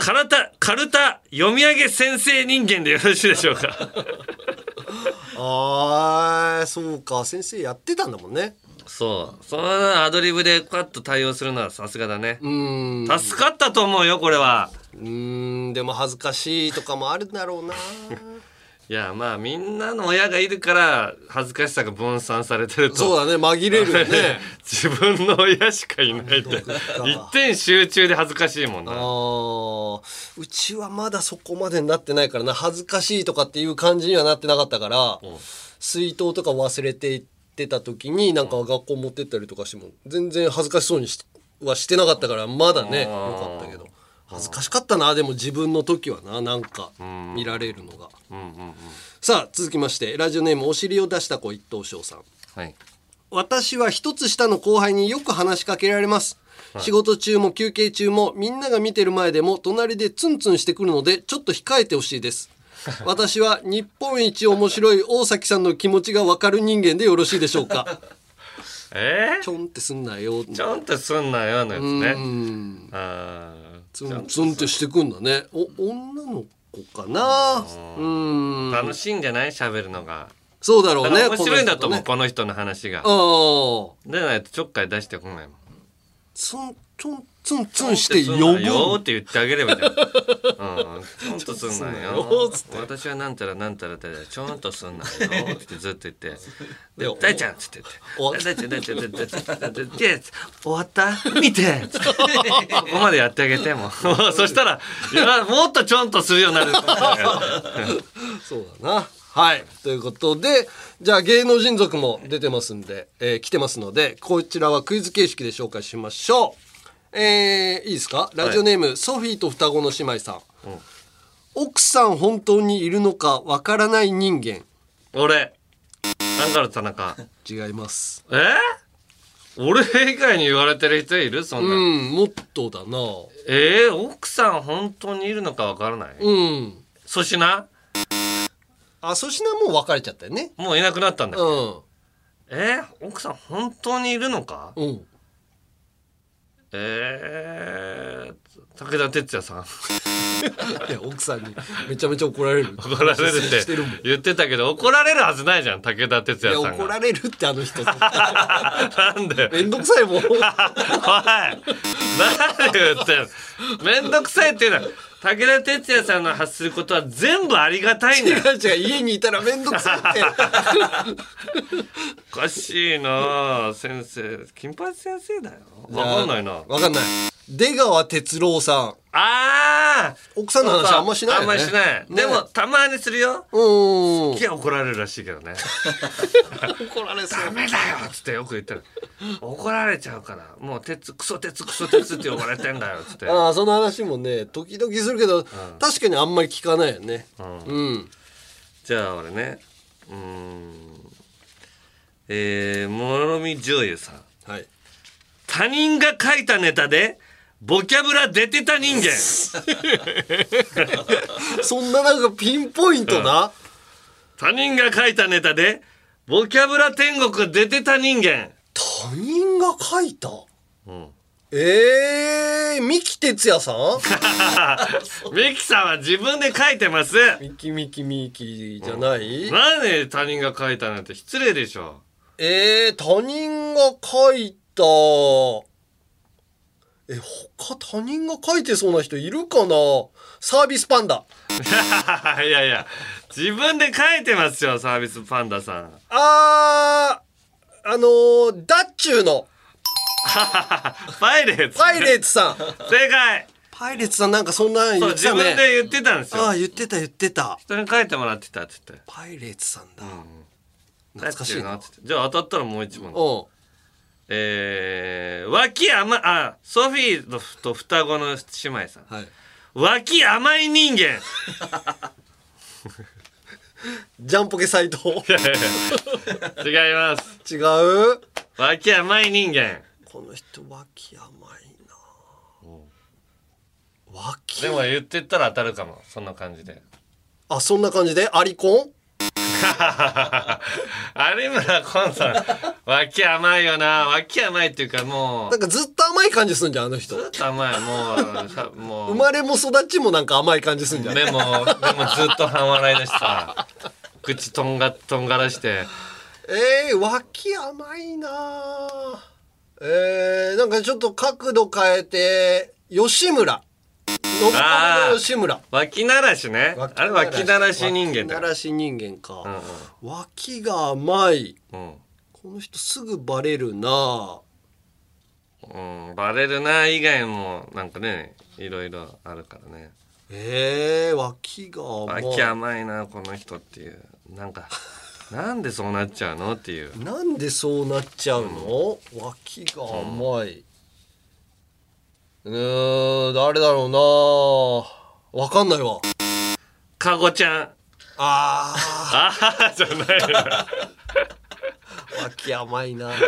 カルタカルタ読み上げ先生人間でよろしいでしょうか
ああそうか先生やってたんだもんね
そうそんなアドリブでパッと対応するのはさすがだね
うーん
助かったと思うよこれは
うーんでも恥ずかしいとかもあるんだろうな
いやまあみんなの親がいるから恥ずかしさが分散されてると
そうだね紛れるよね
自分の親しかいないって一点集中で恥ずかしいもん な
あーうちはまだそこまでになってないからな恥ずかしいとかっていう感じにはなってなかったから
ん
水筒とか忘れていってた時になんか学校持ってったりとかしても全然恥ずかしそうにしはしてなかったからまだねよ
あー
かったけど恥ずかしかったなでも自分の時はななんか見られるのが
うんうんうん
さあ続きましてラジオネームお尻を出した子一等賞さん
はい
私は一つ下の後輩によく話しかけられます。仕事中も休憩中もみんなが見てる前でも隣でツンツンしてくるのでちょっと控えてほしい です。私は日本一面白い大崎さんの気持ちがわかる人間でよろしいでしょうか。
えー
ちょんってすんなよ。
ちょんってすんなよのやつ
う
ね
ん。
あー
ツンツンってしてくんだね。お、女の子かな。うん。
楽しいんじゃない喋るのが。
そうだろ
だ
う
か
ね。
ら面白いんだと思う、
こ
この人の話が。
の人ねああ。
でないとちょっかい出してこないもん。
ツン、ツン、ツン、ツンして
ち
呼
ょっとすんなよー。
ぶ
って言ってあげればじゃん。うん、ちょんとすんな
ちょっとすんなよ
よ
ーっつっ。て
私はなんたらなんたらって、ちょんとすんなよーってずっと言って。で、大ちゃんっつって言って。大ちゃん、大ちゃん、大ちゃん、大ちゃん、で終わった見てつってここまでやってあげても。もうそしたら、いやもっとちょんとするようになる。
そうだな。はい。ということで、じゃあ芸能人族も出てますんで、えー来てますので、こちらはクイズ形式で紹介しましょう。えーいいですかラジオネーム、ソフィーと双子の姉妹さん。奥さん本当にいるのかわからない人間。
俺、なんかの田中。
違います。
え俺以外に言われてる人いるそん
う
な、
ん、もっとだな。
えー、奥さん本当にいるのかわからない、
うん。
粗品
あ、粗品もう別れちゃったよね。
もういなくなったんだ
う
よ、
ん。
えー、奥さん本当にいるのか
うん。
えー、武田鉄矢さん
いや、奥さんにめちゃめちゃ怒られる。
怒られるっ
してるもん。い
言ってたけど怒られるはずないじゃん武田鉄矢
や、
さん
怒ら
が
れるってあの 人。
なんで
めんどくさいもん。
おい何言ってんのめんどくさいっていうのは武田鉄矢さんの発することは全部ありがたいんだよ。
違う違う、家にいたらめんどくさいって。
おかしいなあ先生。金八先生だよ。 わかんないな。
わかんない。出川哲朗さん。
ああ
奥さんの話あんましないよね
あんましない。でも、たまにするよ。
うん。
きは怒られるらしいけどね。
怒られそう。
ダメだよっつってよく言った ら怒られちゃうからもう鉄クソ鉄クソ鉄って呼ばれてんだよっつっ て
ああ、その話もね、時々するけど、確かにあんまり聞かないよね。うん。
じゃあ俺ねうーんえー、諸見十優さん
はい。
他人が書いたネタでボキャブラ出てた人間
そんななんかピンポイントな。
他人が書いたネタでボキャブラ天国出てた人間
他人が書いた。
ん
ええー、三木哲也さん
ミキさんは自分で書いてます
ミキミキミキじゃない、
なんで他人が書いたなんて失礼でしょ
えー、他人が書いた。え、他他人が書いてそうな人いるかなサービスパンダ。
いやいや、自分で書いてますよ、サービスパンダさん。
あー、あのー、ダッチューの
パイレーツ。
パイレー ツさん。
正解。
パイレーツさんなんかそんなの
そ
言
う、
って
自
たね。
分で言ってたんです
あ
よ
あ、。言ってた言ってた。
人に書いてもらってたって言って。
パイレーツさんだ。
懐
懐かしいな。
って言って。じゃあ当たったらもう一問。
うん。
えー、脇甘、あ、ソフィーのと双子の姉妹さん。
はい。
脇甘い人間。
ジャンポケ斎藤。
違います。
違う
脇甘い人間。
この人、脇甘いな。脇
でも言ってったら当たるかも。そんな感じで。
あ、そんな感じでアリコン
有村昆さん、脇甘いよな。脇甘いっていうかもう
な。んかずっと甘い感じすんじゃん、あの人。
ずっと甘いもうさも
生
う
まれも育ちもなんか甘い感じすんじゃん。
でもでもずっと半笑いだしさ口とんがとんがらして
えー、脇甘いなあえー、なんかちょっと角度変えて、吉村。信長の吉村。
脇ならしねあれ脇ならし人間
脇な
だ
らし人間か。脇が甘い。
うん、
この人すぐバレるなあ
うんうん、バレるな以外もなんかねいろいろあるからね
えー、脇が甘い。
脇甘いなこの人っていうなんか なんでそうなっちゃうのっていう
なんでそうなっちゃうの、脇が甘い。うーん、誰だろうなわかんないわ。
かごちゃん
あ
ああじゃないな
ー、脇甘い な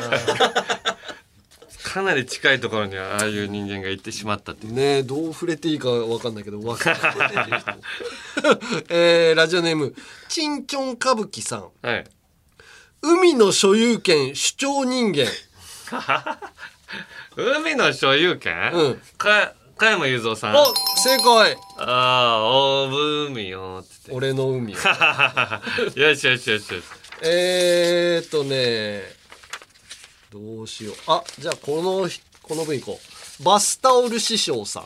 かなり近いところにああいう人間が行ってしまったっていう
ねえ、どう触れていいかわかんないけど、脇が甘い。 えー、ラジオネーム、チンチョン歌舞伎さん。
はい
海の所有権主張人間。
海の所有権、
うん
か加山雄三さん
あ、正解
ああ大海よつって
俺の海を。
よしよしよしよし
えーっとね、どうしよう。あ、じゃあこのひ、この分いこう。バスタオル師匠さん。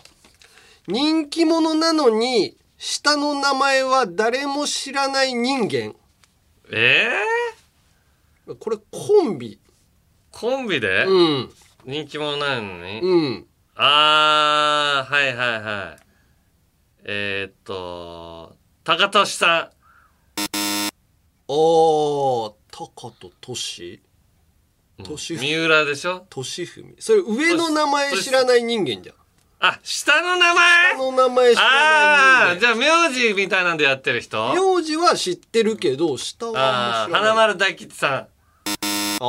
人気者なのに、下の名前は誰も知らない人間。
え
これコン
ー、
ビ。
コンビで
うん。
人気者なのに、
うん。
ああはいはいはいえー、っと高俊さ
おー、高ととし
んうん
とし
三浦でしょ
としふみ。それ上の名前知らない人間じゃん。
あ下の名前
下の名前知ら
ああ
ない人
じゃあ名字みたいなんでやってる人あ
間。名字は知ってるけど、下はあ
あー
んま知らない。
花丸大吉さん
ああ、あ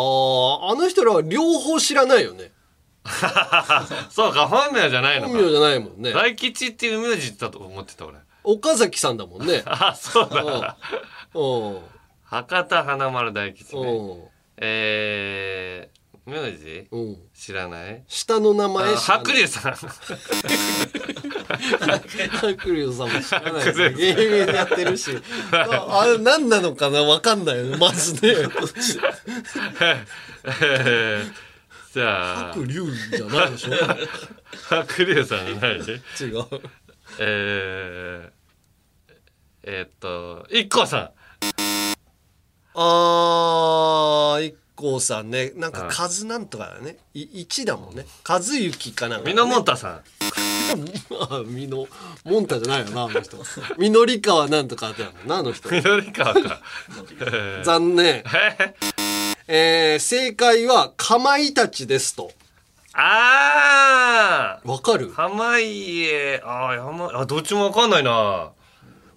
の人らは両方知らないよね。
そうか本名じゃないの
本
か
名じゃないもんね。
大吉っていう名字だと思ってた俺
岡崎さんだも んね。
あそう
うん
だ。博多華丸大吉
う
ね
ん。
えー、名字
うん。うん。
知らない
下の名
あ
前知ら
白
ない。
龍さん
白龍さんも知らないですね。芸名でやってるし。ああれ何なのかなわかんないよね。まずね。
えーじゃあ
白龍じゃないでしょ
白龍さんじゃない
違う。
えーえーっと、一 k さん。
あー、一光さんね。なんか、カズなんとかだね。い一だもんね。和幸かなんか、ね。みのもん
たさ
ん。みの、もんたじゃないよな、あの人。みのりかはなんとかだよな、あの人。
みのりかわか。
残念。えー、正解は、かまいたちですと。
あ
ーわかる
濱家、あー山、あ、どっちもわかんないな。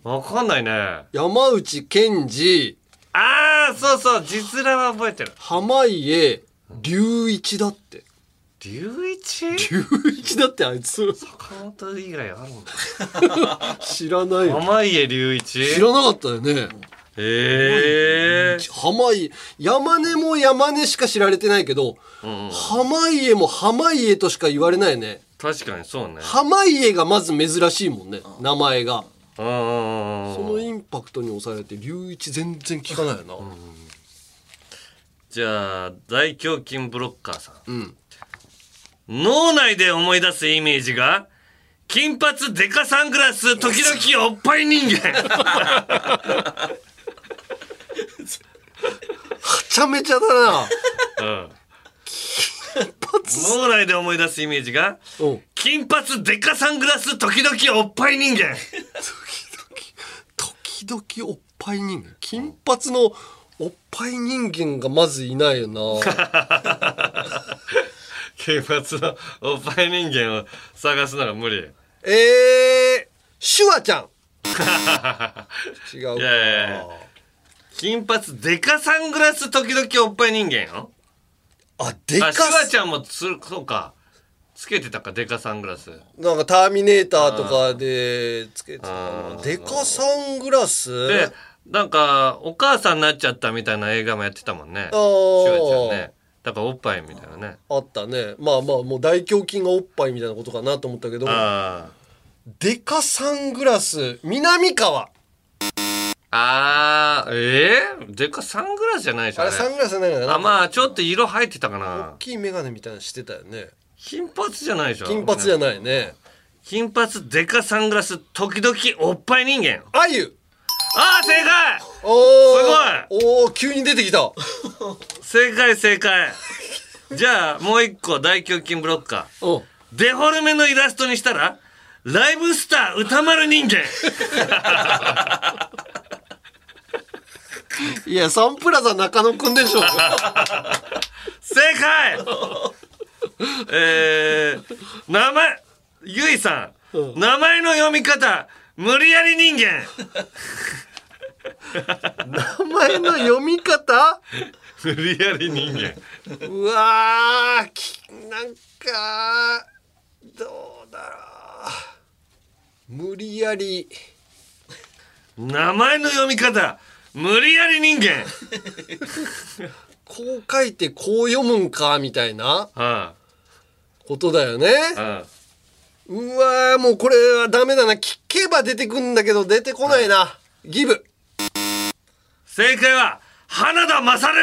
わかんないね。
山内健二。
あー、そうそう、実らは覚えてる。
濱家、龍一だって。
龍一
龍一だってあいつ。
坂本以外あるんだ。
知らないよ。
濱家龍一
知らなかったよね。
ええー。
濱家、山根も山根しか知られてないけど、
うん、
濱家も濱家としか言われないね。
確かにそうね。
濱家がまず珍しいもんね、名前が。
うんうんうん
そのインパクトに抑えられて、龍一全然聞かないよ
じゃあ、大胸筋ブロッカーさん。
な。うん。
脳内で思い出すイメージが金髪デカサングラス時々おっぱい人 間
はちゃめちゃだな。
うん脳内で思い出すイメージが
うん。
金髪デカサングラス時々おっぱい人間
時々おっぱい人間。金髪のおっぱい人間がまずいな いよな。
金髪のおっぱい人間を探すのが無理
えー、シュワちゃん。違う
いや
か
いやいや金髪デカサングラス時々おっぱい人間よ
あ、で
あ
か
シュワちゃんもつそうかつけてたかデカサングラス
なんかターミネーターとかでつけてたかな。デカサングラス
でなんかお母さんになっちゃったみたいな映画もやってたもんね
あー
シュワちゃんねだからおっぱいみたいなね
あったね。まあまあ、もう大胸筋がおっぱいみたいなことかなと思ったけど、
あ
デカサングラス、南川。
ーあーえー、でかサングラスじゃないじ
あ
ゃん、
れ
ね、
サングラスじゃないのかな
あまあちょっと色入ってたかな
大きいメガネみたいなのしてたよね。
金髪じゃないでしょ
金髪じゃ
い
ないね。
金髪でかサングラス時々おっぱい人間
あゆ
ああ正解
おーおー急に出てきた。
正解正解じゃあもう一個大胸筋ブロッカ
うん。
ーデフォルメのイラストにしたらライブスター歌丸人間
いや、サンプラザ中野くんでしょ。
正解えー、名前ゆいさん、名前の読み方無理やり人間
名前の読み方
無理やり人間
うわーきなんかどうだろう無理やり
名前の読み方無理やり人間
こう書いてこう読むんかみたいな
は
ことだよね
い、は
うわーもうこれはダメだな聞けば出てくんだけど出てこないなギブ
い正解は花田勝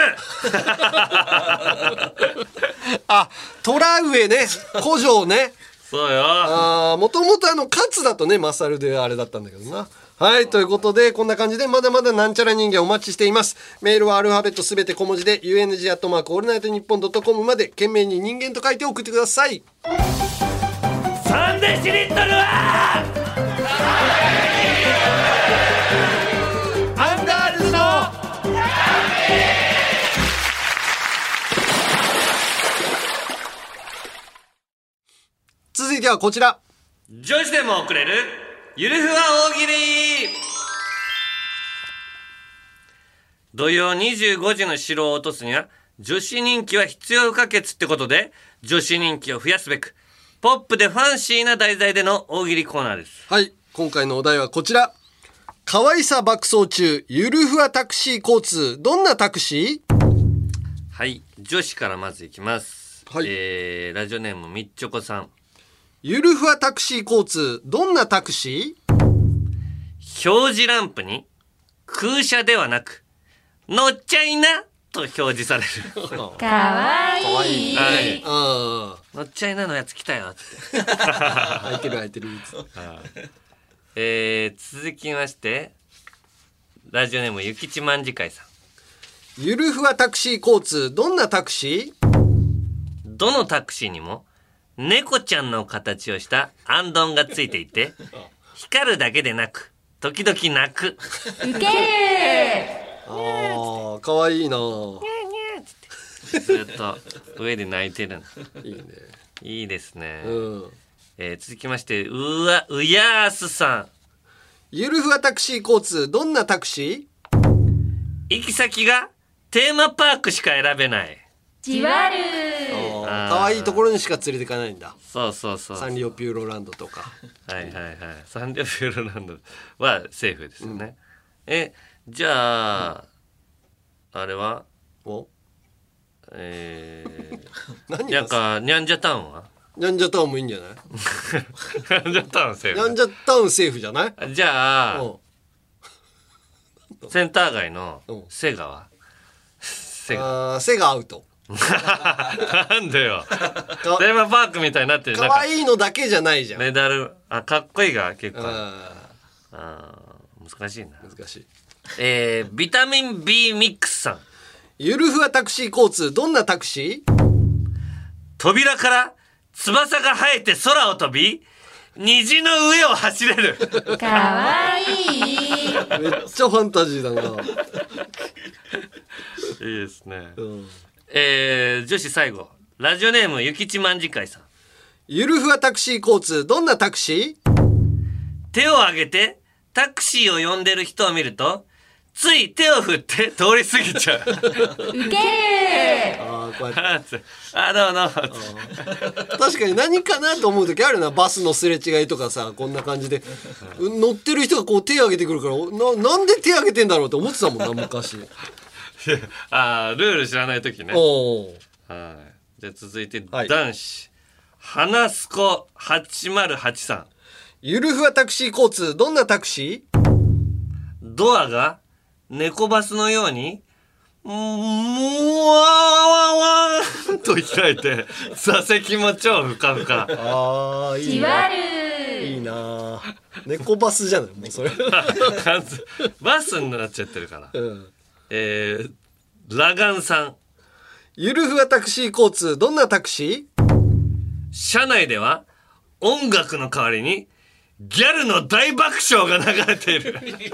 あトラウエね 古城ね
そうよ
あーもともとあの勝だとねマサルであれだったんだけどなはいということでこんな感じでまだまだなんちゃら人間お待ちしていますメールはアルファベットすべて小文字で UNG アットマークオールナイトニッポンドットコムまで懸命に人間と書いて送ってください
サンデーシリットルは
アンダールズの続いてはこちら
女子でも送れるゆるふわ大喜利土曜25時の城を落とすには女子人気は必要不可欠ってことで女子人気を増やすべくポップでファンシーな題材での大喜利コーナーです
はい今回のお題はこちら可愛さ爆走中ゆるふわタクシー交通どんなタクシー
はい女子からまずいきます、
はい
えー、ラジオネームみっちょこさん
ゆるふわタクシー交通どんなタクシー
表示ランプに空車ではなく乗っちゃいなと表示される
かわいい
はい
あ
乗っちゃいなのやつ来たよって
あ空いてる空いてる
えー、続きまして、ラジオネーム、ゆきちまんじかいさん。
ゆるふわタクシー交通、どんなタクシー
どのタクシーにも、猫ちゃんの形をしたアンドンがついていて、光るだけでなく、時々泣く。
ウケー
ああ、かわいいなぁ
ずっと上で泣いてるの。いいね。いいですね。えー続きまして、うわ、うやーすさん。
ゆるふわタクシー交通、どんなタクシ
行き先がテーマパークしか選べない。
じわる
ーかわいいところにしか連れてかないんだ。
そうそうそう。
サンリオピューロランドとか。
はいはいはい。サンリオピューロランドはセーフですよね。え、じゃあ、あれは
お
え
何が
ー、なんか、ニャンジャタウンは
ニャンジャタウンもいいんじゃない
ニャンジャタウンセ
ニャ
ー
ンジャタウンセーフじゃない
フ。じゃあ、センター街のセガはセガ。
あー背がアウト。
なんだよ。テーマパークみたいになってる。
かわいいのだけじゃないじゃん。
メダル、あ、かっこいいが結構ある。あー難しいな。
難しい。
えー、ビタミン B ミックスさん。
ゆるふわタクシー交通、どんなタクシー
扉から翼が生えて空を飛び、虹の上を走れ る。
かわいい
めっちゃファンタジーだな。
いいですね。えー、女子最後。ラジオネーム、ゆきちまんじかいさん。
ゆるふわタクシー交通、どんなタクシー
手を挙げて、タクシーを呼んでる人を見ると、つい手を振って通り過ぎちゃう。
ウケー
あーこうやって
あ、どうもどうも。
確かに何かなと思う時あるなバスのすれ違いとかさこんな感じでうん乗ってる人がこう手挙げてくるからななんで手挙げてんだろうって思ってたもんな昔
あールール知らない時ね。
おー
はい。じゃあ続いて、男子。花すこ808さん。
ゆるふわタクシー交通どんなタクシー
ドアが猫バスのように、もうわわわーんと開いて、 座席も超ふかふか。
ああいい
わ
な
る
いいな猫バスじゃないもうそれ
完全バスになっちゃってるから。
うん
えー、ラガンさん。
ゆるふわタクシー交通どんなタクシー
車内では音楽の代わりに、ギャルの大爆笑が流れている。
ウケー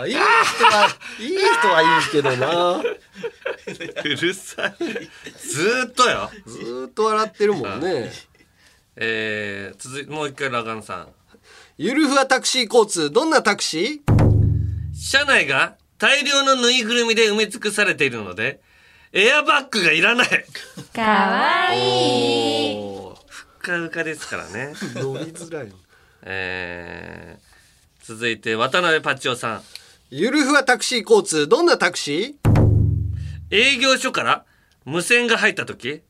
あーいい人はいい人はいいけどな
うるさい。ずーっとよ。
ずーっと笑ってるもんね
えー、続いもう一回ラガンさん。
ゆるふわタクシー交通どんなタクシー
車内が大量のぬいぐるみで埋め尽くされているので、エアバッグがいらない。
かわいい
ふかふかですからね。
乗りづらい
えー、続いて渡辺パチオさん。
ゆるふわタクシー交通、どんなタクシー
営業所から無線が入った時、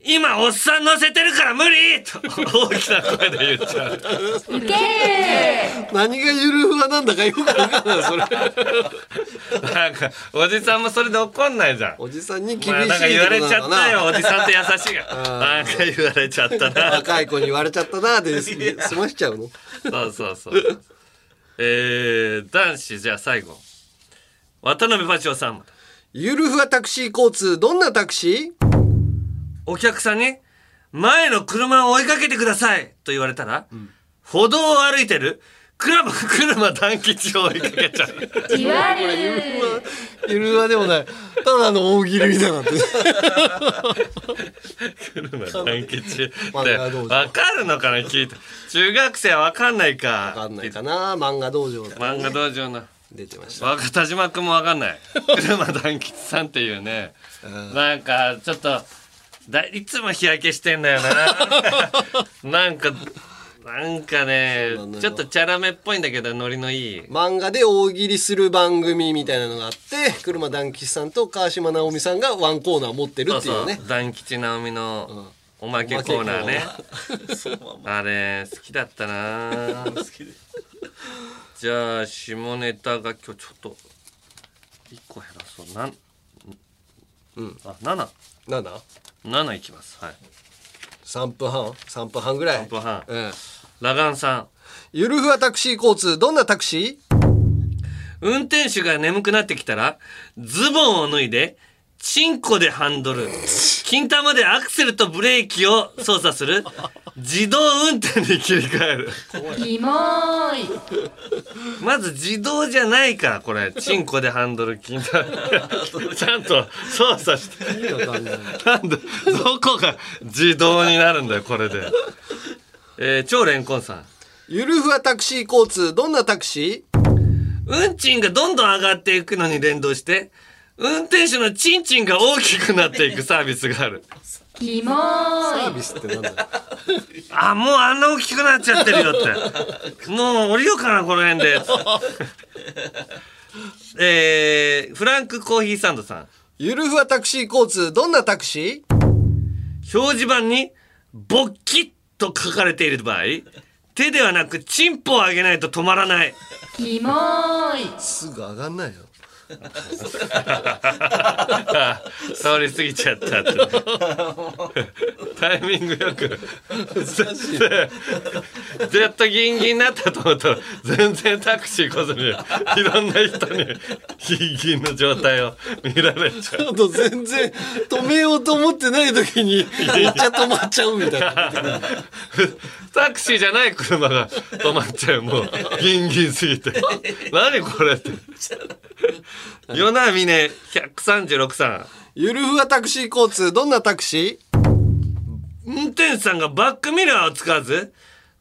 今おっさん乗せてるから無理と大きな声で言っちゃう。
ウケー
何がゆるふわなんだかよくわかんない、それ。
なんか、おじさんもそれで怒んないじゃん。
おじさんに厳しい
まあ、なんか言われちゃったよ、おじさんって優しい が。
ん
なんか言われちゃったな。
若い子に言われちゃったな、で、す 済ましちゃうの。
そうそうそう。えー、男子、じゃあ最後。渡辺パチオさん。
ゆるふわタクシー交通、どんなタクシー
お客さんに、前の車を追いかけてくださいと言われたら、歩道を歩いてる、車、車団吉を追いかけ ちゃう。
じわる
ゆるふわでもない。ただの大喜利みたいになってる。
車団吉って、
漫画道場
わかるのかな聞いて。中学生はわかんないか。
わかんないかな、漫画道場で
漫画道場の。
出てました。
若田島君もわかん ない。車団吉さんっていうね。なんか、ちょっと、だいつも日焼けしてんだよ な。なんか、なんかね
うなの、よ
ちょっとチャラめっぽいんだけど、ノリのいい。
漫画で大喜利する番組みたいなのがあって、車団吉さんと川島直美さんがワンコーナー持ってる
そう
っていう
そ
ね。
う、団吉直美のおまけコーナーね。あれ、好きだった な。じゃあ、下ネタが今日ちょっと、一個減らそう。なん、うん、あ、七、
7
七いきます。はい。
3分半3分半ぐらい
3分半
うん
ラガンさん。
ゆるふわタクシー交通、どんなタクシー
運転手が眠くなってきたら、ズボンを脱いで、チンコでハンドル、金玉でアクセルとブレーキを操作する、自動運転に切り替える。
キモーい
まず自動じゃないから、これ。チンコでハンドル、金玉。ちゃんと操作して。なんで、どこが自動になるんだよ、これで。えー、超レンコンさん。
ゆるふわタクシー交通、どんなタクシー
運賃がどんどん上がっていくのに連動して、運転手のチンチンが大きくなっていくサービスがある。
キモーい
ビスってなんだ
あ、もうあんな大きくなっちゃってるよって。もう降りようかな、この辺で。えー、フランクコーヒーサンドさん。
ゆるふわタクシー交通、どんなタクシー
表示板に、ボッキッと書かれている場合、手ではなく、チンポを上げないと止まらない。
キモーい
すぐ上がんないよ。
通り過ぎちゃったって。タイミングよく。ずっとギンギンになったと思ったら、全然タクシーこそに、いろんな人にギンギンの状態を見られちゃう。
あと全然止めようと思ってない時に、めっちゃ止まっちゃうみたいな。
タクシーじゃない車が止まっちゃう、もう。ギンギンすぎて。何これって。夜なみね136さん。
ゆるふわタクシー交通、どんなタクシー
運転手さんがバックミラーを使わず、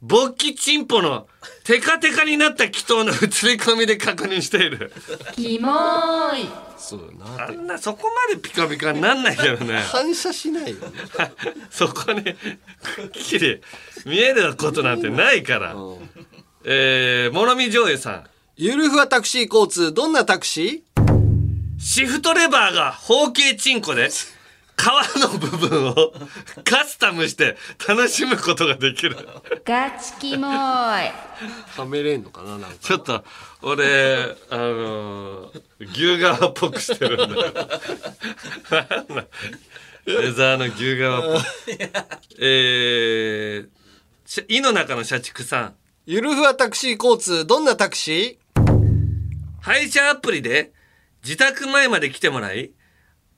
勃起チンポのテカテカになった祈祷の映り込みで確認している。
キモーい
そうな。
あんな、そこまでピカピカになんないけどね。
反射しないよね。
そこに、くっきり見えることなんてないから。えー、諸見上映さん。
ゆるふわタクシー交通、どんなタクシー
シフトレバーが方形チンコで、皮の部分をカスタムして楽しむことができる。
ガチキモーい
はめれんのかななんか。
ちょっと、俺、あのー、牛革っぽくしてるんだよ。なんだレザーの牛革っぽく。えー、し井の中の社畜さん。
ゆるふわタクシー交通、どんなタクシ
配車アプリで自宅前まで来てもらい、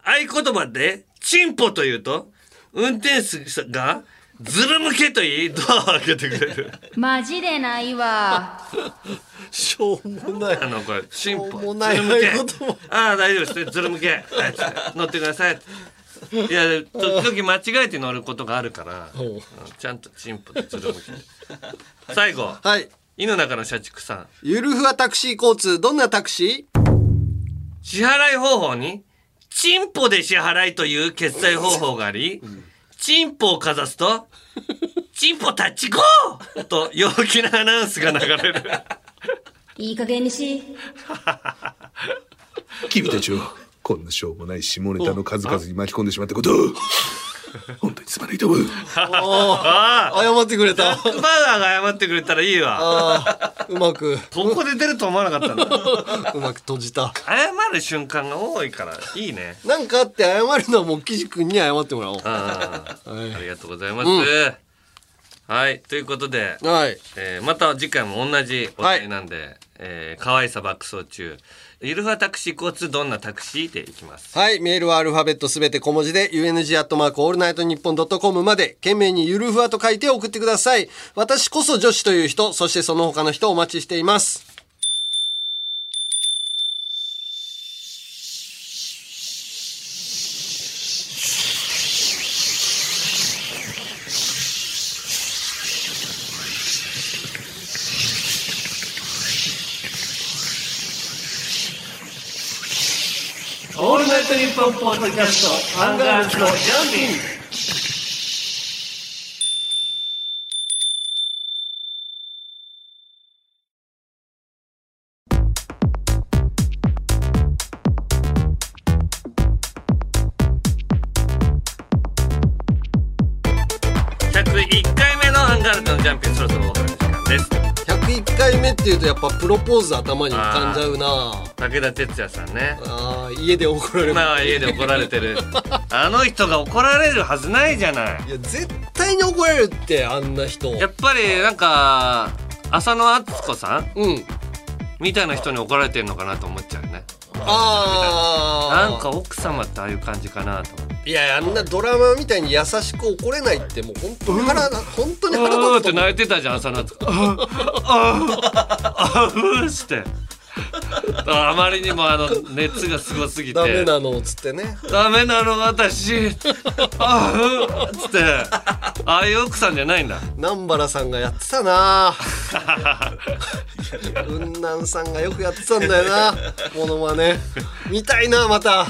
合言葉で、チンポと言うと、運転手が、ズル向けと言い、ドアを開けてくれる。
マジでないわ
ーしょうもない。
あの、これ、チンポ。
しょうもない
ズル向け
合言葉。
ああ、大丈夫です。ズル向け。はい乗ってください。いや、時々間違えて乗ることがあるから、うんちゃんとチンポとズル向け。最後、
はい。
井の中の社畜さん。
ゆるふわタクシー交通、どんなタクシー
支払い方法に、チンポで支払いという決済方法があり、チンポをかざすと、チンポタッチゴーと陽気なアナウンスが流れ る。
いい加減にし
君たちをこんなしょうもない下ネタの数々に巻き込んでしまったこと を本当にすまないと思う
ああ、
謝ってく れ
バ
た。
ウアーが謝ってくれたらいいわ。
あーうまく、
ここで出ると思わなかったんだ。
うまく閉じた。
謝る瞬間が多いから、いいね。
なんかあって謝るのはもう岸君に謝ってもらおう。
ああ
はい
ありがとうございます。はい、ということで、
はい。
えーまた次回も同じお題なんで、えー可愛さ爆走中。イルファタクシー交通どんなタクシーでいきます。
はい。メールはアルファベットすべて小文字で、UNG アットマークオールナイトニッポンドットコムまで、懸命にゆるふわと書いて送ってください。私こそ女子という人、そしてその他の人をお待ちしています。
オールナイトニッポンポッドキャスト、アンガールズのジャンピン101回目のアンガールズのジャンピン、そろそろお別れの時間です。
101回目っていうとやっぱプロポーズ頭に浮かんじゃうな
武田鉄矢さんね。
あー家で怒られる。
今は家で怒られてる。あの人が怒られるはずないじゃない。
いや、絶対対に怒られるってあんな人
やっぱりなんか浅野敦子さん、みたいな人に怒られてるのかなと思っちゃうね
あ
なんか奥様ってああいう感じかなと思って
いやあんなドラマみたいに優しく怒れないってもう本当に腹、本当に腹
うーっ
立
て
つと思う
泣いてたじゃん浅野敦子あああうーしてあまりにもあの熱がすごすぎて
ダメなのっつってね
ダメなの私あうっつってああいう奥さんじゃないんだ
南原さんがやって たな雲南さんがよくやってたんだよなモノマネ見たいなまた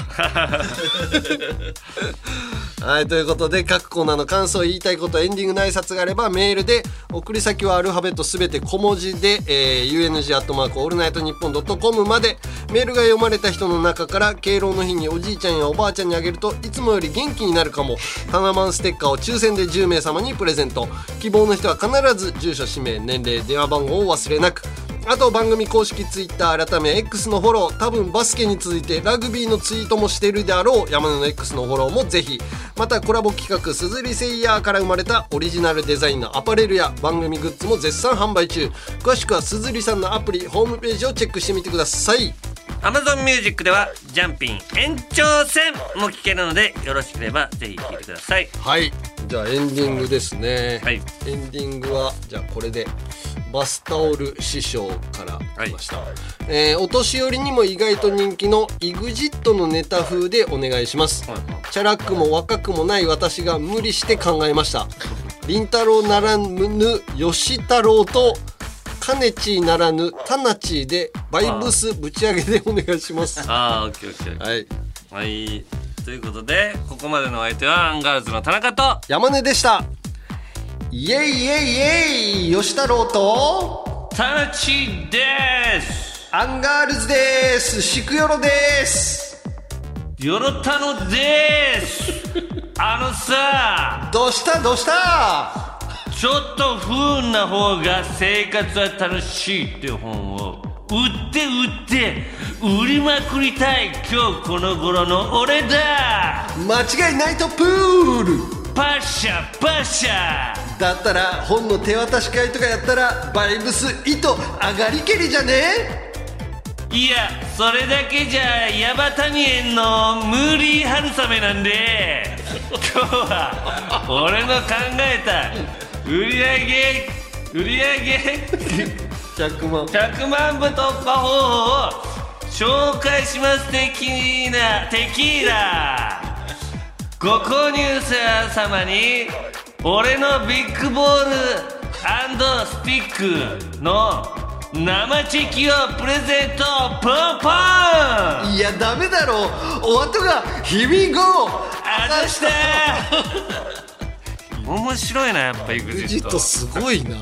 はいということで各コーナーの感想言いたいことエンディングの挨拶があればメールで送り先はアルファベットすべて小文字で、えー、UNG アットマークオールナイトニッポンドットコムまでメールが読まれた人の中から敬老の日におじいちゃんやおばあちゃんにあげるといつもより元気になるかもタナマンステッカーを抽選で10名様にプレゼント希望の人は必ず住所氏名年齢電話番号を忘れなくあと番組公式ツイッター改め X のフォロー多分バスケに続いてラグビーのツイートもしてるであろう山根の X のフォローもぜひまたコラボ企画「すずりセイヤー」から生まれたオリジナルデザインのアパレルや番組グッズも絶賛販売中詳しくはすずりさんのアプリホームページをチェックしてみてください
Amazon Music ではジャンピン延長戦も聞けるのでよろしければぜひ聴いてください
はいじゃあエンディングですね、
はい
エンディングはじゃあこれでバスタオル師匠から来ました、えーお年寄りにも意外と人気の EXIT のネタ風でお願いします、チャラくも若くもない私が無理して考えました凛太郎ならぬ吉太郎とカネチーならぬタナチーでバイブスぶち上げでお願いします
ああオッケーオッケー
は
は
い、
い、ということでここまでのお相手はアンガールズの田中と
山根でしたイエイイエイイエイ吉太郎と
田ナチです
アンガールズですシクヨロです
よろたのですあのさ
どうしたどうした
ちょっと不運な方が生活は楽しいっていう本を売って売って売りまくりたい今日この頃の俺だ
間違いないとプール
パッシャパッシャ
だったら本の手渡し会とかやったらバイブス糸上がりけりじゃね
いやそれだけじゃヤバタニエンのムーリー春雨なんで今日は俺の考えた売り上げ売り上げ
100万
100万部突破方法を紹介しますテキーナテキーラご購入者様に俺のビッグボールスティックの生チェキをプレゼントポンポン
いやダメだろお後が「ひみご
あした 面白いなやっぱイグジット
すごいな